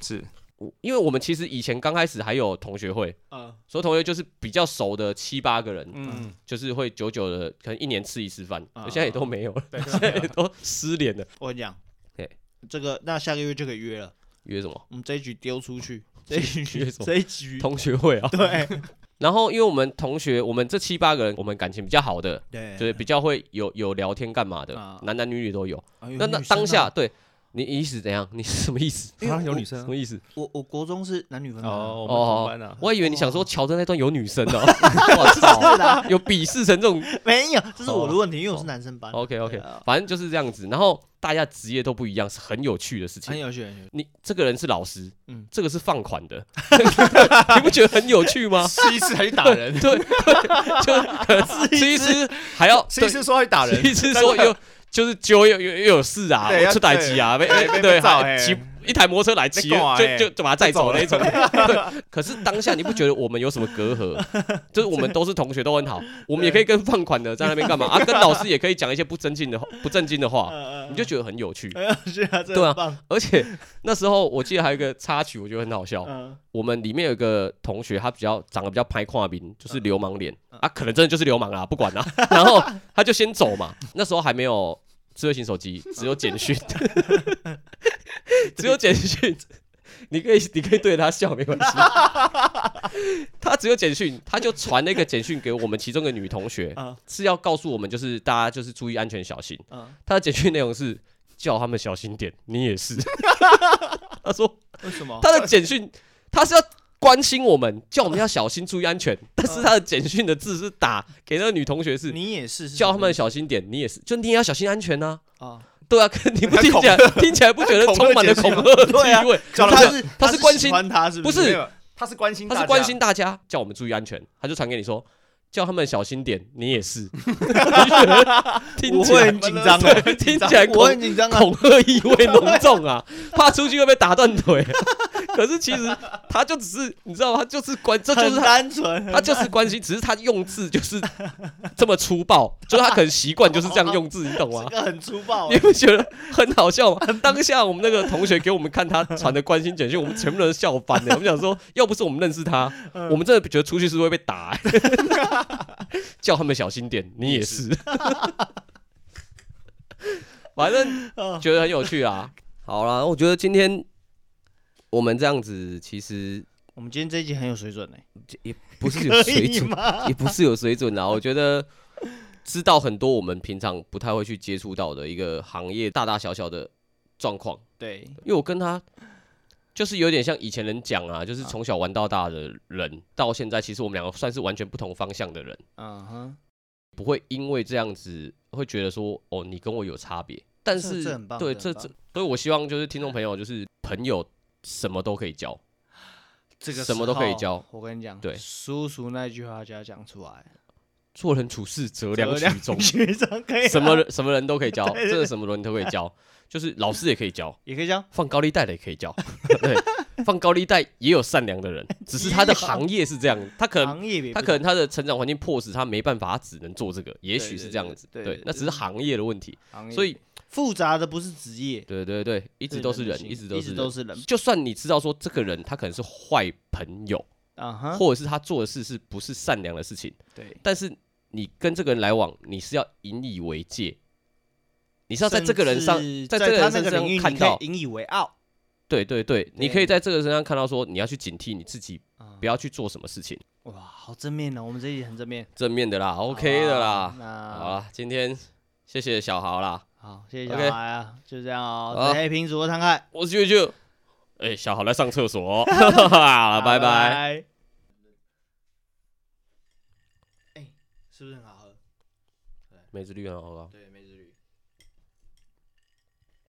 C: 是
B: 我因为我们其实以前刚开始还有同学会，
A: 嗯，
B: 所以同学就是比较熟的七八个人，
C: 嗯，
B: 就是会久久的，可能一年吃一次饭，
A: 啊
B: 现在也都没有了，
C: 对
B: 现在也都失联了。
A: 我跟你讲
B: 嘿，
A: 这个那下个月就可以约了。
B: 约什么？
A: 我们这一局丢出 去，这一局
B: 约什么
A: 这一局
B: 同学会啊。
A: 对
B: 然后，因为我们同学，我们这七八个人，我们感情比较好的，就
A: 对，
B: 是比较会有有聊天干嘛的
A: 啊，
B: 男男女女都有。
A: 哎呦
B: 那那
A: 女生啊
B: 当下，对你你意思怎样？你是什么意思？
A: 因为
C: 啊有
A: 我
C: 女生
B: 什
C: 啊
B: 么意思？
A: 我我国中是男女分的啊
C: 哦，我们同
B: 哦
C: 班啊，
B: 我还以为你想说乔的那段有女生哦， 我操，有鄙视成这种。
A: 啊没有，这是
B: 哦
A: 我的问题，因为我是男生班。
B: OK OK，
A: 对啊
B: 反正就是这样子。然后大家职业都不一样，是很有趣的事情
A: 很。有趣，很有趣。
B: 你这个人是老师，
A: 哎嗯
B: 这个是放款的， 你不觉得很有 趣 吗？
C: 吃一次还去打人，
B: 对， 对就吃一吃还要
C: 吃一次说要去打
B: 对
C: 人，
B: 吃一吃说又就是酒又又又有事啊，
C: 对要
B: 出歹机啊，被
C: 被
B: 对
C: 被照
B: 还
C: 嘿
B: 骑一台摩托车来骑，
C: 被告啊
B: 就
C: 嘿
B: 就就把他载走那
C: 就
B: 种。 对，可是当下你不觉得我们有什么隔阂？就是我们都是同学，都很好，我们也可以跟放款的在那边干嘛啊？跟老师也可以讲一些不正经的话不正经的话，
A: 嗯
B: 你就觉得很有趣。
A: 很有趣啊，这
B: 对啊
A: 很棒。
B: 而且那时候我记得还有一个插曲，我觉得很好笑。
A: 嗯，
B: 我们里面有一个同学，他比较长得比较拍胯名，就是流氓脸、啊，可能真的就是流氓啦，不管啦。 然后他就先走嘛，那时候还没有智慧型手机，只有简讯， 只有简讯。你可以，你可以对着他笑，没关系。他只有简讯，他就传了一个简讯给我们其中一个女同学
A: 啊，
B: 是要告诉我们，就是大家就是注意安全，小心。
A: 嗯，
B: 他的简讯内容是叫他们小心点，你也是。他说
A: 为什么？
B: 他的简讯，他是要关心我们，叫我们要小心注意安全。但是他的简讯的字是打给那个女同学是
A: 你也是是
B: 叫他
A: 什么
B: 们小心点，你也是，就你也要小心安全啊。
A: 啊，
B: 对啊，可你不听起来听起来不觉得
C: 恐吓
B: 充满了恐吓的
A: 对啊
B: 气味？
C: 叫
A: 他是
B: 他是关
A: 喜
B: 心
A: 欢他是
B: 不
A: 是？
B: 是
C: 没有他是关心大
B: 他
C: 家，
B: 是关心大家，叫我们注意安全，他就传给你说。 叫他们小心点，你也是。听
A: 我
B: 起
A: 会
B: 来
A: 很紧张哦的，
B: 对 听起来
A: 我
B: 恐
A: 很紧张啊。
B: 恐吓意味浓 重啊，怕出去会被打断腿。 可是其实他就只是，你知道吗？他就是关，这就是
A: 很
B: 他
A: 单纯，
B: 他就是关心，只是他用字就是这么粗暴， 就是他可能习惯就是这样用字，你懂吗
A: 这？个很粗暴欸
B: 你。不觉得很好笑吗？当下我们那个同学给我们看他传的关心简讯，我们全部人笑翻 了。我们想说，要不是我们认识他，
A: 嗯
B: 我们真的觉得出去是会被打、 叫他们小心点，你也是。 反正
A: 嗯
B: 觉得很有趣啊。好啦，我觉得今天我们这样子其实
A: 我们今天这一集很有水准呢，欸
B: 也不是有
A: 可
B: 水
A: 以
B: 准，
A: 吗？
B: 也不是有水准啦。啊我觉得知道很多我们平常不太会去接触到的一个行业大大小小的状况，
A: 对，
B: 因为我跟他就是有点像以前人讲啊，就是从小玩到大的人，到现在其实我们两个算是完全不同方向的人，
A: 嗯哼，
B: 不会因为这样子会觉得说哦你跟我有差别，但
A: 这
B: 是
A: 这很棒
B: 对
A: 这
B: 这
A: 很
B: 这
A: 棒，
B: 所以我希望就是听众朋友就是朋友什么都可以交，
A: 这个
B: 什么都可以
A: 时候
B: 教。
A: 我跟你讲，
B: 对
A: 叔叔那句话就要讲出来，
B: 做人处事折
A: 折
B: 两曲中。
A: 曲中可以啊
B: 什么人什么人都可以教，
A: 对对
B: 真的什么人都可以教，就是老师也可以教，
A: 也可以教，
B: 放高利贷的也可以教，对，放高利贷也有善良的人，只是他的行业是这样，他可能
A: 行业别
B: 他可能他的成长环境迫使他没办法，他只能做这个，也许是这样子，
A: 对对对对，
B: 对那只是行业的问题，
A: 行业
B: 所以
A: 复杂的不是职业，
B: 对对对，一直都是人，
A: 性
B: 一直
A: 一
B: 都
A: 直
B: 是
A: 都
B: 人。
A: 是人，
B: 就算你知道说这个人他可能是坏朋友，
A: 啊哈，
B: 或者是他做的事是不是善良的事情，
A: 对，
B: 但是你跟这个人来往，你是要引以为戒，你是要在这个人上
A: 甚，至
B: 在
A: 在
B: 这个人
A: 他那
B: 身
A: 个领域
B: 上
A: 你可
B: 看
A: 以
B: 到
A: 引以为傲，
B: 对对对，你可以在这个身上看到说，你要去警惕你自己，
A: 啊
B: 不要去做什么事情
A: 哇，好正面哦，我们这一集很正面
B: 正面的啦，OK
A: 啊
B: 的啦。好
A: 那
B: 啦，今天谢谢小豪啦，
A: 好，谢谢
B: OK
A: 小孩啊，就这样哦，
B: 好
A: 黑屏主播摊开，
B: 我舅舅，哎，小豪来上厕所 哦，好拜拜。
A: 拜。哎，是不是很好喝？
B: 梅子绿很好喝啊。
A: 对，梅子绿。